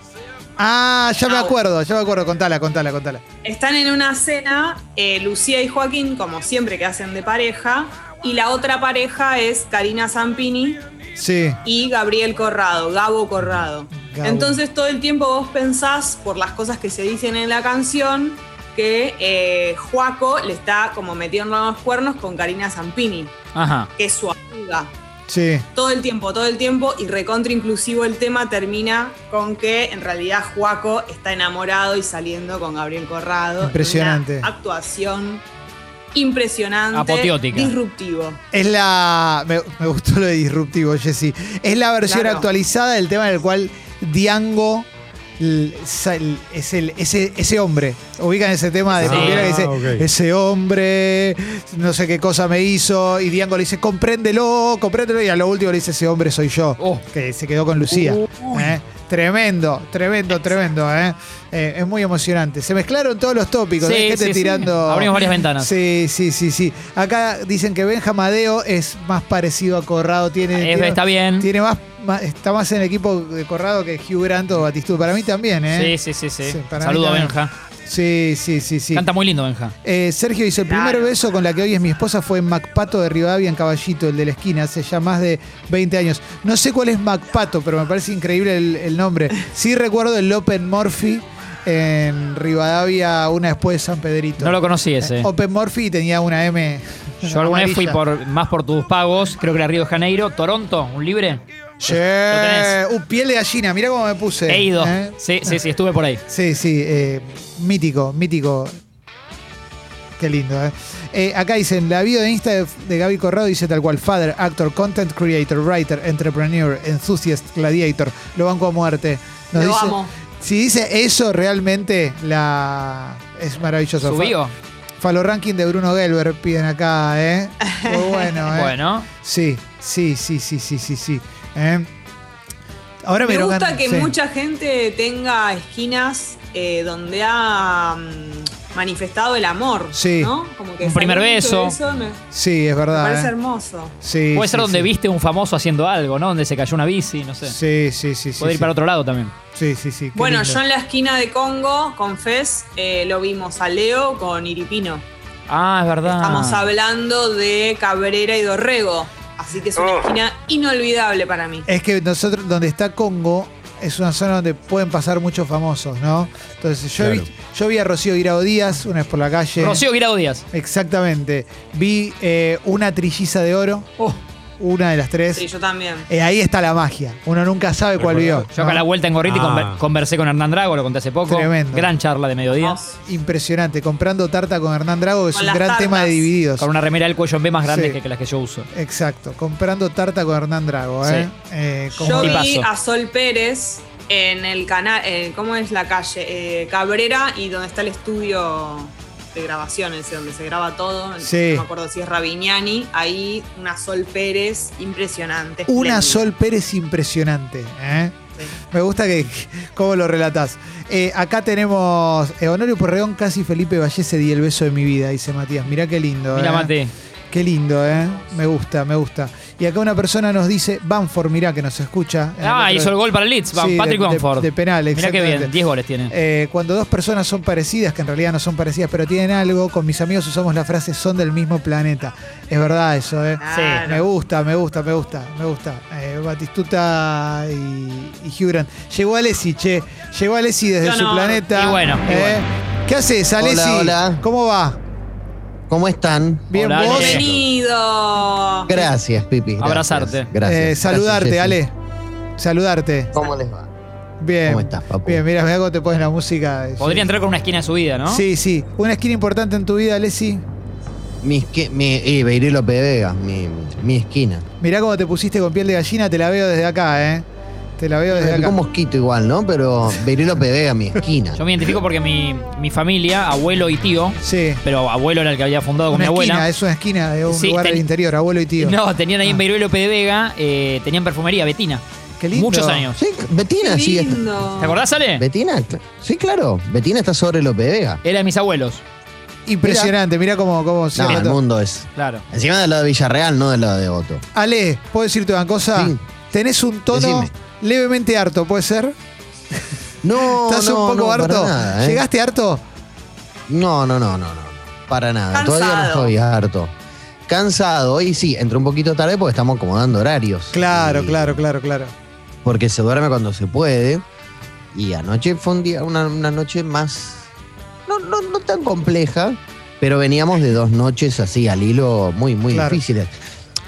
[SPEAKER 1] Ah, ya me
[SPEAKER 3] Ah,
[SPEAKER 1] acuerdo, ya me acuerdo. Contala, contala, contala.
[SPEAKER 3] Están en una cena, eh, Lucía y Joaquín, como siempre que hacen de pareja, y la otra pareja es Karina Zampini
[SPEAKER 1] Sí.
[SPEAKER 3] y Gabriel Corrado, Gabo Corrado.
[SPEAKER 1] Gabo.
[SPEAKER 3] Entonces todo el tiempo vos pensás, por las cosas que se dicen en la canción, que eh, Joaco le está como metiendo los cuernos con Karina Zampini,
[SPEAKER 2] Ajá.
[SPEAKER 3] que es su amiga.
[SPEAKER 1] Sí,
[SPEAKER 3] Todo el tiempo, todo el tiempo, y recontra inclusivo el tema termina con que en realidad Juaco está enamorado y saliendo con Gabriel Corrado.
[SPEAKER 1] Impresionante.
[SPEAKER 3] Una actuación impresionante.
[SPEAKER 2] Apoteótica.
[SPEAKER 3] Disruptivo.
[SPEAKER 1] es la. Me, me gustó lo de disruptivo, Jessy. Es la versión
[SPEAKER 3] Claro.
[SPEAKER 1] actualizada del tema en el cual Diango l- sa- l- es el, ese, ese hombre. Ubican ese tema de
[SPEAKER 2] Sí.
[SPEAKER 1] Pimpinela que dice:
[SPEAKER 4] Ah, ok.
[SPEAKER 1] Ese hombre, no sé qué cosa me hizo. Y Diango le dice: Compréndelo, compréndelo. Y a lo último le dice: Ese hombre soy yo.
[SPEAKER 2] Oh.
[SPEAKER 1] Que se quedó con Lucía. ¿eh? Tremendo, tremendo, tremendo. ¿eh? Eh, es muy emocionante. Se mezclaron todos los tópicos.
[SPEAKER 2] Sí,
[SPEAKER 1] hay gente
[SPEAKER 2] sí, sí.
[SPEAKER 1] este tirando.
[SPEAKER 2] Abrimos varias ventanas.
[SPEAKER 1] Sí, sí, sí, sí. Acá dicen que Benjamadeo es más parecido a Corrado. Tiene,
[SPEAKER 2] Es-
[SPEAKER 1] tiene-
[SPEAKER 2] está bien.
[SPEAKER 1] Tiene más, más- está más en el equipo de Corrado que Hugh Grant o Batistuta. Para mí también, ¿eh?
[SPEAKER 2] Sí, sí, sí, sí.
[SPEAKER 1] Sí, para
[SPEAKER 2] Saludo a
[SPEAKER 1] mí
[SPEAKER 2] Benja.
[SPEAKER 1] Sí, sí, sí, sí.
[SPEAKER 2] Canta muy lindo, Benja.
[SPEAKER 1] Eh, Sergio dice, el primer
[SPEAKER 3] Claro.
[SPEAKER 1] beso con la que hoy es mi esposa fue en Macpato de Rivadavia en Caballito, el de la esquina, hace ya más de 20 años. No sé cuál es Macpato, pero me parece increíble el, el nombre. Sí recuerdo el Open Murphy en Rivadavia, una después de San Pedrito.
[SPEAKER 2] No lo conocí ese.
[SPEAKER 1] Eh, Open Murphy tenía una M.
[SPEAKER 2] Yo alguna vez fui
[SPEAKER 1] amarilla.
[SPEAKER 2] por, más por tus pagos, creo que era Río de Janeiro, Toronto, un libre.
[SPEAKER 1] Sí.
[SPEAKER 2] tenés.
[SPEAKER 1] Uh, piel de gallina, mirá cómo me puse.
[SPEAKER 2] He ido.
[SPEAKER 1] ¿eh?
[SPEAKER 2] Sí, sí, sí, estuve por ahí.
[SPEAKER 1] Sí, sí, eh, mítico, mítico. Qué lindo, ¿eh? Eh, Acá dicen, la bio de Insta de, de Gaby Corrado dice tal cual, father, actor, content creator, writer, entrepreneur, enthusiast, gladiator, lo banco a muerte. Nos
[SPEAKER 3] Lo
[SPEAKER 1] dice-
[SPEAKER 3] amo.
[SPEAKER 1] Si dice eso, realmente la es maravilloso.
[SPEAKER 2] Su
[SPEAKER 1] Fa-
[SPEAKER 2] bio.
[SPEAKER 1] Falo ranking de Bruno Gelber piden acá, ¿eh? Muy bueno, ¿eh?
[SPEAKER 2] Bueno.
[SPEAKER 1] Sí, sí, sí, sí, sí, sí, sí. ¿eh? Ahora me
[SPEAKER 3] Me
[SPEAKER 1] dieron
[SPEAKER 3] gusta
[SPEAKER 1] ganas-
[SPEAKER 3] que
[SPEAKER 1] sí.
[SPEAKER 3] mucha gente tenga esquinas eh, donde ha mm, manifestado el amor.
[SPEAKER 1] Sí.
[SPEAKER 3] ¿no? Como que
[SPEAKER 2] Un primer
[SPEAKER 3] salió mucho de
[SPEAKER 2] beso.
[SPEAKER 3] eso, me, me
[SPEAKER 1] Sí, es verdad.
[SPEAKER 3] parece
[SPEAKER 1] ¿eh?
[SPEAKER 3] hermoso.
[SPEAKER 1] Sí,
[SPEAKER 2] Puede
[SPEAKER 1] sí,
[SPEAKER 2] ser donde
[SPEAKER 1] sí.
[SPEAKER 2] viste un famoso haciendo algo, ¿no? Donde se cayó una bici, no sé.
[SPEAKER 1] Sí, sí, sí. sí,
[SPEAKER 2] Puede ir
[SPEAKER 1] sí.
[SPEAKER 2] para otro lado también.
[SPEAKER 1] Sí, sí, sí. qué
[SPEAKER 3] Bueno,
[SPEAKER 1] lindo.
[SPEAKER 3] yo en la esquina de Congo, con Fez, eh, lo vimos a Leo con Iripino.
[SPEAKER 2] Ah, es verdad.
[SPEAKER 3] Estamos hablando de Cabrera y Dorrego. Así que es una
[SPEAKER 7] Oh.
[SPEAKER 3] esquina inolvidable para mí.
[SPEAKER 1] Es que nosotros, donde está Congo, es una zona donde pueden pasar muchos famosos, ¿no? Entonces, yo,
[SPEAKER 4] Claro.
[SPEAKER 1] vi, yo vi a Rocío Guirao Díaz una vez por la calle.
[SPEAKER 2] Rocío Guirao Díaz.
[SPEAKER 1] Exactamente. Vi eh, una trilliza de oro,
[SPEAKER 2] Oh,
[SPEAKER 1] una de las tres.
[SPEAKER 3] Sí, yo también.
[SPEAKER 1] Eh, ahí está la magia. Uno nunca sabe cuál
[SPEAKER 4] Recordado.
[SPEAKER 1] vio.
[SPEAKER 2] yo acá
[SPEAKER 1] ¿no?
[SPEAKER 2] a la vuelta en Gorriti
[SPEAKER 4] Ah.
[SPEAKER 2] conver- conversé con Hernán Drago, lo conté hace poco.
[SPEAKER 1] Tremendo.
[SPEAKER 2] Gran charla de mediodía.
[SPEAKER 3] Vamos.
[SPEAKER 1] Impresionante. Comprando tarta con Hernán Drago, que es
[SPEAKER 3] Con
[SPEAKER 1] un
[SPEAKER 3] las
[SPEAKER 1] gran tema de
[SPEAKER 3] tartas.
[SPEAKER 1] divididos.
[SPEAKER 2] Con una remera del cuello en B más grande
[SPEAKER 1] Sí.
[SPEAKER 2] que, que las que yo uso.
[SPEAKER 1] Exacto. Comprando tarta con Hernán Drago, ¿eh? Eh, como-
[SPEAKER 3] Yo vi
[SPEAKER 2] tipazo.
[SPEAKER 3] a Sol Pérez en el canal, eh, ¿cómo es la calle? Eh, Cabrera y donde está el estudio de grabación, ese donde se graba todo.
[SPEAKER 1] Sí.
[SPEAKER 3] No me acuerdo si es Ravignani. Ahí una Sol Pérez impresionante.
[SPEAKER 1] Una
[SPEAKER 3] espléndida.
[SPEAKER 1] Sol Pérez impresionante. ¿eh? Me gusta que cómo lo relatás. Eh, acá tenemos eh, Honorio Porreón, casi Felipe Vallese di el beso de mi vida, dice Matías. Mirá qué lindo.
[SPEAKER 2] Mira,
[SPEAKER 1] ¿eh?
[SPEAKER 2] Mate.
[SPEAKER 1] Qué lindo, ¿eh? Me gusta, me gusta. Y acá una persona nos dice, Banford, mirá que nos escucha. En
[SPEAKER 2] Ah,
[SPEAKER 1] otro-
[SPEAKER 2] hizo el gol para el Leeds. Va,
[SPEAKER 1] Sí, de-
[SPEAKER 2] Patrick
[SPEAKER 1] de-
[SPEAKER 2] Bamford.
[SPEAKER 1] de penal,
[SPEAKER 2] Mirá qué
[SPEAKER 1] exactamente.
[SPEAKER 2] bien, 10 goles tiene.
[SPEAKER 1] Eh, cuando dos personas son parecidas, que en realidad no son parecidas, pero tienen algo, con mis amigos usamos la frase son del mismo planeta. Es verdad eso, ¿eh?
[SPEAKER 3] Claro.
[SPEAKER 2] Ah, Sí.
[SPEAKER 1] Me gusta, me gusta, me gusta, me gusta. Eh, Batistuta y, y Hugh Grant. Llegó Alessi, che. Llegó Alessi desde
[SPEAKER 3] Yo
[SPEAKER 1] su
[SPEAKER 3] no.
[SPEAKER 1] planeta.
[SPEAKER 2] Y bueno, y
[SPEAKER 1] Eh, ¿Qué haces, Alessi?
[SPEAKER 8] Hola, hola.
[SPEAKER 1] ¿Cómo va?
[SPEAKER 8] ¿Cómo están?
[SPEAKER 1] Bien,
[SPEAKER 2] Hola,
[SPEAKER 1] vos.
[SPEAKER 2] Ale.
[SPEAKER 3] Bienvenido.
[SPEAKER 8] Gracias, Pipi. gracias.
[SPEAKER 2] Abrazarte.
[SPEAKER 8] Gracias.
[SPEAKER 1] Eh, saludarte,
[SPEAKER 8] Gracias, Jessy.
[SPEAKER 1] Ale. Saludarte.
[SPEAKER 8] ¿Cómo les va?
[SPEAKER 1] Bien.
[SPEAKER 8] ¿Cómo estás, papu?
[SPEAKER 1] Bien, mira, mira cómo te pones la música.
[SPEAKER 2] Podría entrar con una esquina de su vida, ¿no?
[SPEAKER 1] Sí, sí. Una esquina importante en tu vida, Alessi.
[SPEAKER 8] Mis que, mi, eh, Beiré López de Vega, mi, mi esquina.
[SPEAKER 1] Mirá cómo te pusiste con piel de gallina, te la veo desde acá, ¿eh? Te la veo desde
[SPEAKER 8] Me
[SPEAKER 1] acá.
[SPEAKER 8] picó un mosquito igual, ¿no? Pero Beiré López de Vega, mi esquina.
[SPEAKER 2] Yo me identifico porque mi, mi familia, abuelo y tío,
[SPEAKER 1] Sí.
[SPEAKER 2] pero abuelo era el que había fundado con
[SPEAKER 1] Una
[SPEAKER 2] mi abuela.
[SPEAKER 1] esquina, es una esquina de un
[SPEAKER 2] Sí,
[SPEAKER 1] lugar del
[SPEAKER 2] ten-
[SPEAKER 1] interior, abuelo y tío.
[SPEAKER 2] No, tenían ahí
[SPEAKER 1] Ah.
[SPEAKER 2] en Beiró y López de Vega, eh, tenían perfumería, Betina.
[SPEAKER 1] Qué lindo.
[SPEAKER 2] Muchos años.
[SPEAKER 8] Sí, Betina,
[SPEAKER 3] Qué
[SPEAKER 8] sí. está-
[SPEAKER 3] lindo.
[SPEAKER 2] ¿Te acordás, Ale?
[SPEAKER 8] Betina, cl- sí, claro. Betina está sobre López de Vega.
[SPEAKER 2] Era de mis abuelos,
[SPEAKER 1] Impresionante, mirá cómo, cómo
[SPEAKER 8] No,
[SPEAKER 1] cierra
[SPEAKER 8] el
[SPEAKER 1] todo.
[SPEAKER 8] mundo es.
[SPEAKER 2] claro.
[SPEAKER 8] Encima del lado de Villarreal, no del lado de Otto.
[SPEAKER 1] Ale, ¿puedo decirte una cosa?
[SPEAKER 8] Sí.
[SPEAKER 1] Tenés un tono
[SPEAKER 8] Decime.
[SPEAKER 1] levemente harto, ¿puede ser?
[SPEAKER 8] No,
[SPEAKER 1] ¿Estás
[SPEAKER 8] no,
[SPEAKER 1] un poco
[SPEAKER 8] no, para
[SPEAKER 1] harto?
[SPEAKER 8] nada, ¿eh?
[SPEAKER 1] ¿Llegaste harto?
[SPEAKER 8] No, no, no, no, no. Para nada.
[SPEAKER 3] Cansado.
[SPEAKER 8] Todavía no estoy harto. Cansado. Hoy sí, entré un poquito tarde porque estamos acomodando horarios.
[SPEAKER 1] Claro,
[SPEAKER 8] Y-
[SPEAKER 1] claro, claro, claro.
[SPEAKER 8] Porque se duerme cuando se puede. Y anoche fue un día, una, una noche más. No, no, no tan compleja, pero veníamos de dos noches así al hilo muy, muy
[SPEAKER 1] Claro.
[SPEAKER 8] difíciles.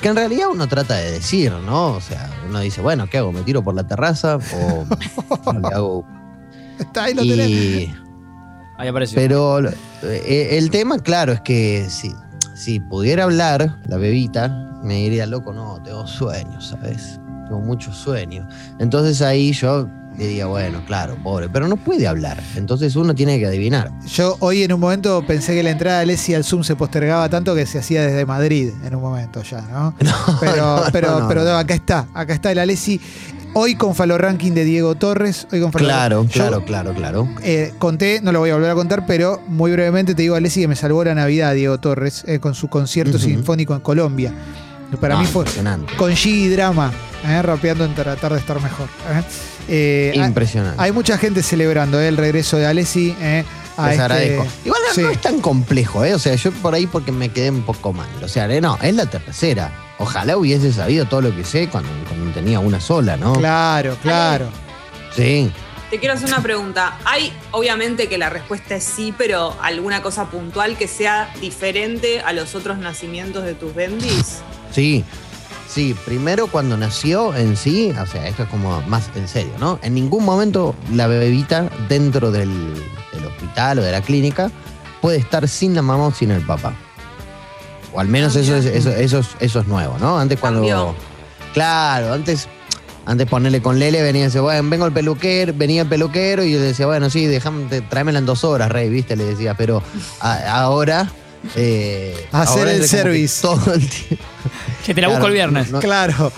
[SPEAKER 8] Que en realidad uno trata de decir, ¿no? O sea, uno dice, bueno, ¿qué hago? ¿Me tiro por la terraza? ¿O le hago.?
[SPEAKER 1] Está ahí lo tenés.
[SPEAKER 8] Y,
[SPEAKER 2] Ahí apareció.
[SPEAKER 8] pero eh, el tema, claro, es que si, si pudiera hablar, la bebita, me diría, loco, no, tengo sueño, ¿sabes? Tengo mucho sueño. Entonces ahí yo diría, bueno, claro, pobre, pero no puede hablar. Entonces uno tiene que adivinar.
[SPEAKER 1] Yo hoy en un momento pensé que la entrada de Alessi al Zoom se postergaba tanto que se hacía desde Madrid en un momento ya, ¿no? pero
[SPEAKER 8] no,
[SPEAKER 1] pero,
[SPEAKER 8] no, no.
[SPEAKER 1] pero no, acá está, acá está el Alessi. Hoy con Falo Ranking de Diego Torres, hoy con Falo
[SPEAKER 8] Claro,
[SPEAKER 1] Yo,
[SPEAKER 8] claro, claro, claro.
[SPEAKER 1] eh, conté, no lo voy a volver a contar, pero muy brevemente te digo, Alessi, que me salvó la Navidad Diego Torres eh, con su concierto
[SPEAKER 8] Ujú. Ah,
[SPEAKER 1] sinfónico en Colombia. Para
[SPEAKER 8] No,
[SPEAKER 1] mí fue
[SPEAKER 8] Impresionante.
[SPEAKER 1] con G Drama, eh, rapeando en tratar de estar mejor. eh. Eh, hay-
[SPEAKER 8] Impresionante.
[SPEAKER 1] hay mucha gente celebrando eh, el regreso de Alessi. eh, a
[SPEAKER 8] Les
[SPEAKER 1] este-
[SPEAKER 8] agradezco. Igual no-
[SPEAKER 1] Sí.
[SPEAKER 8] no es tan complejo, ¿eh? O sea, yo por ahí porque me quedé un poco mal. O sea, eh, no, es la tercera. Ojalá hubiese sabido todo lo que sé cuando, cuando tenía una sola, ¿no?
[SPEAKER 1] Claro, claro.
[SPEAKER 8] Sí.
[SPEAKER 3] Te quiero hacer una pregunta. Hay, obviamente que la respuesta es sí, pero alguna cosa puntual que sea diferente a los otros nacimientos de tus bendis.
[SPEAKER 8] Sí, sí, primero cuando nació en sí, o sea, esto es como más en serio, ¿no? En ningún momento la bebita dentro del, del hospital o de la clínica puede estar sin la mamá o sin el papá. O al menos eso es, eso, eso es- eso es nuevo, ¿no? Antes cuando.
[SPEAKER 3] Cambió.
[SPEAKER 8] Claro, antes. Antes ponerle con Lele, venía y decía, bueno, vengo el peluquero, venía el peluquero y yo le decía, bueno, sí, déjame, te- tráemela en dos horas, Rey, viste, le decía, pero a- ahora. eh,
[SPEAKER 1] Hacer
[SPEAKER 8] ahora
[SPEAKER 1] el
[SPEAKER 8] es como que
[SPEAKER 1] service.
[SPEAKER 8] Todo el tiempo.
[SPEAKER 2] Que te la busco
[SPEAKER 8] Claro,
[SPEAKER 2] el viernes.
[SPEAKER 8] no-
[SPEAKER 1] Claro.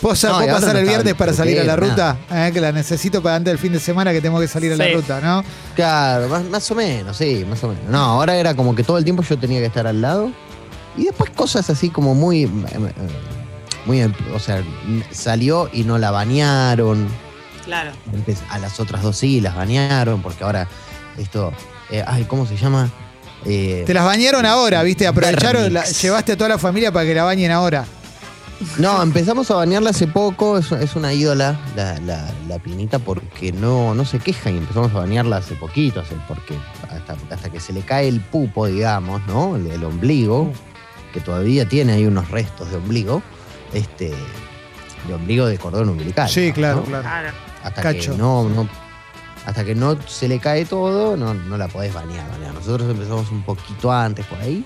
[SPEAKER 1] ¿Vos ya
[SPEAKER 8] No, y
[SPEAKER 1] podés
[SPEAKER 8] ahora
[SPEAKER 1] pasar
[SPEAKER 8] no
[SPEAKER 1] el
[SPEAKER 8] está
[SPEAKER 1] viernes
[SPEAKER 8] el
[SPEAKER 1] para salir a la
[SPEAKER 8] peluquero,
[SPEAKER 1] ruta? ¿Eh? Que la necesito para antes del fin de semana que tengo que salir a la
[SPEAKER 2] Sí.
[SPEAKER 1] ruta, ¿no?
[SPEAKER 8] Claro, más, más o menos, sí, más o menos. No, ahora era como que todo el tiempo yo tenía que estar al lado. Y después cosas así como muy. eh, eh, muy eh, o sea, m- salió y no la bañaron.
[SPEAKER 3] Claro.
[SPEAKER 8] Empe- A las otras dos sí las bañaron, porque ahora esto. eh, ay, ¿cómo se llama? Eh,
[SPEAKER 1] Te las bañaron ahora, ¿viste? Aprovecharon, la-
[SPEAKER 8] Viernes.
[SPEAKER 1] llevaste a toda la familia para que la bañen ahora.
[SPEAKER 8] No, empezamos a bañarla hace poco, es, es una ídola la, la, la pinita porque no, no se queja y empezamos a bañarla hace poquito, hace- porque hasta, hasta que se le cae el pupo, digamos, ¿no? El, el ombligo, que todavía tiene ahí unos restos de ombligo, este, de ombligo de cordón umbilical.
[SPEAKER 1] Sí,
[SPEAKER 8] ¿no?
[SPEAKER 1] claro,
[SPEAKER 8] ¿no?
[SPEAKER 1] claro.
[SPEAKER 3] Claro.
[SPEAKER 8] Hasta
[SPEAKER 1] Cacho.
[SPEAKER 8] que no, no, hasta que no se le cae todo, no, no la podés bañar, bañar. Nosotros empezamos un poquito antes por ahí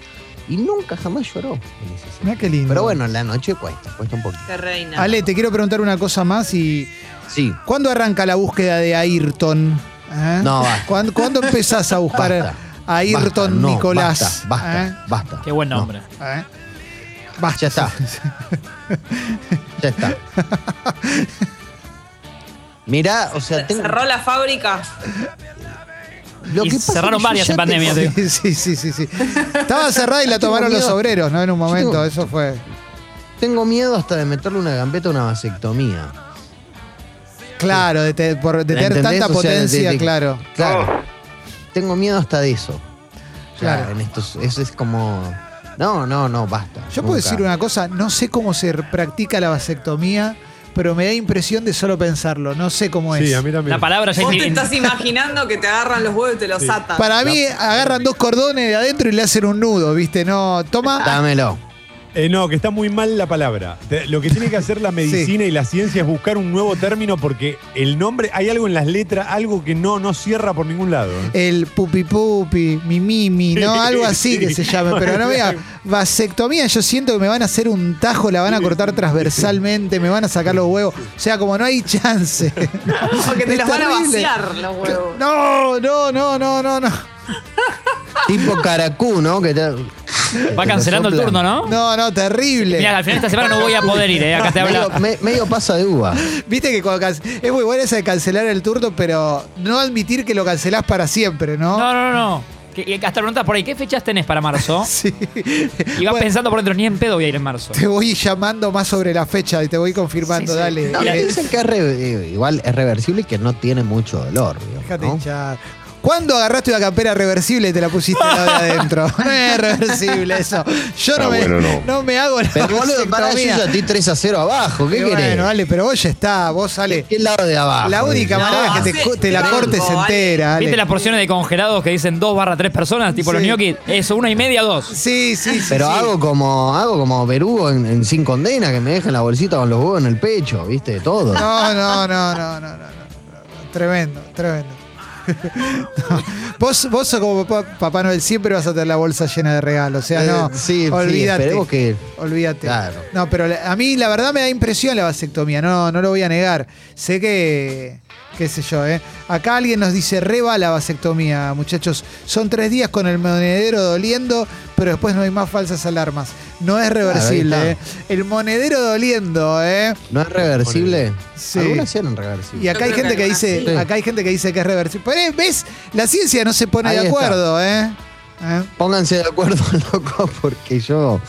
[SPEAKER 8] y nunca jamás lloró en ese sentido.
[SPEAKER 1] Mirá qué lindo.
[SPEAKER 8] Pero bueno, en la noche cuesta, cuesta un poquito.
[SPEAKER 3] Qué reina.
[SPEAKER 1] Ale, te quiero preguntar una cosa más y.
[SPEAKER 8] Sí.
[SPEAKER 1] ¿Cuándo arranca la búsqueda de Ayrton? ¿Eh?
[SPEAKER 8] No, basta.
[SPEAKER 1] ¿Cuándo, cuándo empezás a buscar
[SPEAKER 8] Basta.
[SPEAKER 1] a Ayrton
[SPEAKER 8] Basta, no,
[SPEAKER 1] Nicolás?
[SPEAKER 8] Basta, basta, basta.
[SPEAKER 2] Qué buen
[SPEAKER 8] No,
[SPEAKER 2] nombre.
[SPEAKER 1] ¿Eh? ¿Eh? Basta.
[SPEAKER 8] Ya está. ya está. Mirá, o sea, tengo,
[SPEAKER 3] Cerró la fábrica.
[SPEAKER 8] lo
[SPEAKER 2] Y
[SPEAKER 8] que pasa
[SPEAKER 2] cerraron
[SPEAKER 8] es que yo
[SPEAKER 2] varias
[SPEAKER 8] ya
[SPEAKER 2] en pandemia,
[SPEAKER 8] tengo-
[SPEAKER 2] te digo.
[SPEAKER 1] Sí, sí, sí, sí, sí. Estaba cerrada y la
[SPEAKER 8] Tengo
[SPEAKER 1] tomaron los
[SPEAKER 8] miedo.
[SPEAKER 1] obreros, ¿no? En un momento,
[SPEAKER 8] Tengo-
[SPEAKER 1] eso fue.
[SPEAKER 8] Tengo miedo hasta de meterle una gambeta a una vasectomía.
[SPEAKER 1] Claro, de, te- por, de
[SPEAKER 8] ¿La
[SPEAKER 1] tener
[SPEAKER 8] entendés?
[SPEAKER 1] tanta
[SPEAKER 8] O sea, de-
[SPEAKER 1] potencia,
[SPEAKER 8] de-
[SPEAKER 1] claro.
[SPEAKER 8] Claro. Tengo miedo hasta de eso. O sea,
[SPEAKER 1] Claro.
[SPEAKER 8] en estos, eso es como. No, no, no, basta.
[SPEAKER 1] Yo puedo decir una cosa, no sé cómo se practica la vasectomía, pero me da impresión de solo pensarlo, no sé cómo es.
[SPEAKER 4] Sí, a mí también.
[SPEAKER 2] La palabra ya
[SPEAKER 3] Vos te
[SPEAKER 2] es
[SPEAKER 3] estás imaginando que te agarran los huevos y te los atan.
[SPEAKER 1] Para mí agarran dos cordones de adentro y le hacen un nudo, ¿viste? No, toma,
[SPEAKER 8] Dámelo.
[SPEAKER 4] Eh, no, que está muy mal la palabra. Te- Lo que tiene que hacer la medicina y la ciencia es buscar un nuevo término porque el nombre, hay algo en las letras, algo que no, no cierra por ningún lado. ¿eh?
[SPEAKER 1] el pupi pupi, mi mimi, ¿no? Algo así que se llame, pero no vea, vasectomía, yo siento que me van a hacer un tajo, la van a cortar transversalmente, me van a sacar los huevos, o sea, como no hay chance.
[SPEAKER 3] Porque te
[SPEAKER 1] Es
[SPEAKER 3] los van a
[SPEAKER 1] terrible.
[SPEAKER 3] vaciar los huevos.
[SPEAKER 1] No, no, no, no, no, no.
[SPEAKER 8] Tipo caracú, ¿no? Que te-
[SPEAKER 2] Va cancelando el turno, ¿no?
[SPEAKER 1] No, no, terrible.
[SPEAKER 2] Mira, al final de esta semana no voy a poder ir, ¿eh? Acá te
[SPEAKER 8] Medio,
[SPEAKER 2] habla.
[SPEAKER 8] me- medio pasa de uva.
[SPEAKER 1] Viste que cuando can- es muy buena esa de cancelar el turno, pero no admitir que lo cancelás para siempre, ¿no?
[SPEAKER 2] No, no, no. no. Que- que hasta preguntas por ahí, ¿qué fechas tenés para marzo?
[SPEAKER 1] Sí.
[SPEAKER 2] Y vas
[SPEAKER 1] Bueno,
[SPEAKER 2] pensando por dentro, ni en pedo voy a ir en marzo.
[SPEAKER 1] te voy llamando más sobre la fecha y te voy confirmando, dale.
[SPEAKER 8] No,
[SPEAKER 1] Eh,
[SPEAKER 8] dicen que es re- igual es reversible y que no tiene mucho dolor. digamos,
[SPEAKER 1] Déjate
[SPEAKER 8] ¿no?
[SPEAKER 1] hinchar. ¿Cuándo agarraste una campera reversible y te la pusiste la de adentro? No es reversible eso. Yo no,
[SPEAKER 7] Ah,
[SPEAKER 1] me,
[SPEAKER 7] bueno, no.
[SPEAKER 1] no me hago la
[SPEAKER 8] Pero boludo, pará, yo
[SPEAKER 1] vasectomía.
[SPEAKER 8] ya estoy 3 a 0 abajo.
[SPEAKER 1] Y
[SPEAKER 8] ¿Qué querés? Ah,
[SPEAKER 1] Bueno, dale, pero vos ya está, vos sale.
[SPEAKER 8] ¿Qué lado de abajo?
[SPEAKER 1] La única
[SPEAKER 8] digamos?
[SPEAKER 1] manera
[SPEAKER 3] No,
[SPEAKER 1] es que te,
[SPEAKER 3] hace-
[SPEAKER 1] co- te la
[SPEAKER 3] te
[SPEAKER 1] cortes
[SPEAKER 3] banco, Ale.
[SPEAKER 1] entera, Ale.
[SPEAKER 2] ¿Viste las porciones de congelados que dicen 2 barra 3 personas? Tipo los
[SPEAKER 1] Sí.
[SPEAKER 2] ñoquis. Eso, una y media, dos.
[SPEAKER 1] Sí, sí, sí.
[SPEAKER 8] Pero
[SPEAKER 1] sí.
[SPEAKER 8] hago como hago como Berugo en, en Sin Condena, que me dejan la bolsita con los huevos en el pecho, ¿viste? De Todo.
[SPEAKER 1] No, no, no, no, no, no, no, no. Tremendo, tremendo. No. Vos, vos sos como papá, Papá Noel, siempre vas a tener la bolsa llena de regalos. O sea,
[SPEAKER 8] Eh,
[SPEAKER 1] no.
[SPEAKER 8] sí, sí,
[SPEAKER 1] olvídate.
[SPEAKER 8] esperemos que-
[SPEAKER 1] Olvídate.
[SPEAKER 8] Claro.
[SPEAKER 1] No, pero la- a mí la verdad me da impresión la vasectomía, no, no lo voy a negar. Sé que. qué sé yo, ¿eh? Acá alguien nos dice, reba la vasectomía, muchachos. Son tres días con el monedero doliendo, pero después no hay más falsas alarmas. No es reversible,
[SPEAKER 8] Ah, ahí
[SPEAKER 1] ¿eh? El monedero doliendo, ¿eh?
[SPEAKER 8] ¿No es reversible?
[SPEAKER 1] Sí.
[SPEAKER 8] Algunas sí eran
[SPEAKER 1] Y
[SPEAKER 8] reversibles.
[SPEAKER 1] acá
[SPEAKER 3] Yo
[SPEAKER 1] hay
[SPEAKER 3] creo
[SPEAKER 1] gente que,
[SPEAKER 3] que algunas
[SPEAKER 1] dice,
[SPEAKER 8] sí.
[SPEAKER 1] acá hay gente que dice que es reversible. Pero eh, ves, la ciencia no se pone
[SPEAKER 8] Ahí
[SPEAKER 1] de
[SPEAKER 8] está.
[SPEAKER 1] acuerdo, ¿eh? ¿Eh?
[SPEAKER 8] Pónganse de acuerdo, loco, porque yo,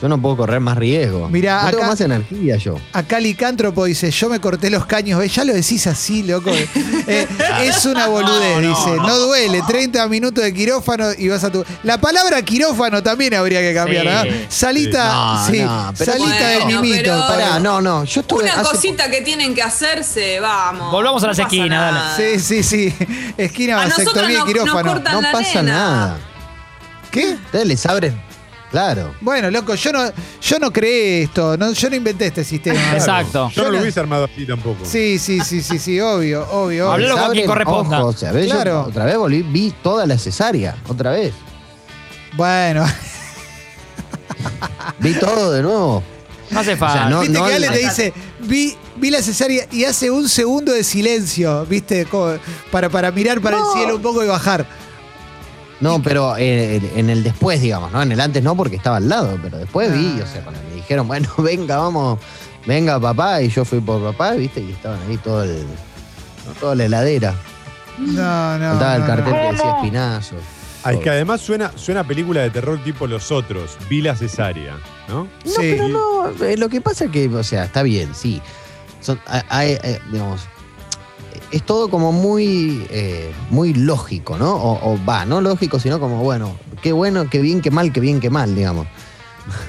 [SPEAKER 8] yo no puedo correr más riesgo.
[SPEAKER 1] Mirá,
[SPEAKER 8] no tengo
[SPEAKER 1] acá-
[SPEAKER 8] más energía yo.
[SPEAKER 1] Acá Licántropo dice, yo me corté los caños, ¿ves? Ya lo decís así, loco. Eh, es una boludez, dice. No, duele, 30 minutos de quirófano y vas a tu... La palabra quirófano también habría que cambiar,
[SPEAKER 2] Sí.
[SPEAKER 1] ¿verdad? Salita,
[SPEAKER 8] No,
[SPEAKER 1] sí,
[SPEAKER 8] no, pero-
[SPEAKER 1] salita de
[SPEAKER 3] Bueno,
[SPEAKER 1] mimito.
[SPEAKER 3] pero-
[SPEAKER 1] pará,
[SPEAKER 8] Pará, no, no, yo estuve
[SPEAKER 3] Una
[SPEAKER 8] hace-
[SPEAKER 3] cosita que tienen que hacerse, vamos.
[SPEAKER 2] Volvamos a las
[SPEAKER 3] No pasa
[SPEAKER 2] esquinas, dale.
[SPEAKER 3] nada.
[SPEAKER 1] Sí, sí, sí. Esquina,
[SPEAKER 3] A nosotros
[SPEAKER 1] vasectomía y
[SPEAKER 3] no- no
[SPEAKER 1] quirófano.
[SPEAKER 3] cortan-
[SPEAKER 8] No
[SPEAKER 3] la
[SPEAKER 8] pasa
[SPEAKER 3] nena.
[SPEAKER 8] nada.
[SPEAKER 1] ¿Qué?
[SPEAKER 8] Ustedes les abren Claro.
[SPEAKER 1] Bueno, loco, yo no, yo no creé esto, no, yo no inventé este sistema.
[SPEAKER 2] Exacto.
[SPEAKER 4] Yo no
[SPEAKER 1] Yo
[SPEAKER 4] lo
[SPEAKER 1] no-
[SPEAKER 4] hubiese armado así tampoco.
[SPEAKER 1] Sí, sí, sí, sí, sí, obvio, obvio. obvio.
[SPEAKER 2] Hablalo
[SPEAKER 8] Se
[SPEAKER 2] con quien
[SPEAKER 8] abren
[SPEAKER 2] corresponda.
[SPEAKER 8] ojos, o sea, ¿ves? Yo
[SPEAKER 1] Claro.
[SPEAKER 8] otra vez volví, vi toda la cesárea, otra vez.
[SPEAKER 1] Bueno,
[SPEAKER 8] Vi todo de nuevo.
[SPEAKER 2] No hace
[SPEAKER 8] sea,
[SPEAKER 2] falta.
[SPEAKER 8] no-
[SPEAKER 1] viste que Ale
[SPEAKER 8] hay-
[SPEAKER 1] te dice, vi, vi la cesárea y hace un segundo de silencio, viste, Como para, para mirar para el cielo un poco y bajar.
[SPEAKER 8] No, pero eh, en el después, digamos, ¿no? En el antes no, porque estaba al lado, pero después vi,
[SPEAKER 1] Ah.
[SPEAKER 8] o sea, cuando me dijeron, bueno, venga, vamos, venga papá, y yo fui por papá, viste, y estaban ahí todo el, toda la heladera.
[SPEAKER 1] No, no.
[SPEAKER 8] Faltaba el
[SPEAKER 1] no, no.
[SPEAKER 8] cartel que decía espinazo.
[SPEAKER 4] Ah, es que además suena, suena película de terror tipo Los Otros, Vila Cesárea, ¿no?
[SPEAKER 8] No,
[SPEAKER 1] Sí.
[SPEAKER 8] pero no, eh, lo que pasa que, o sea, está bien, sí. Son- hay- hay, eh, digamos, es todo como muy, eh, muy lógico, ¿no? O, o va, no lógico, sino como, bueno, qué bueno, qué bien, qué mal, qué bien, qué mal, digamos.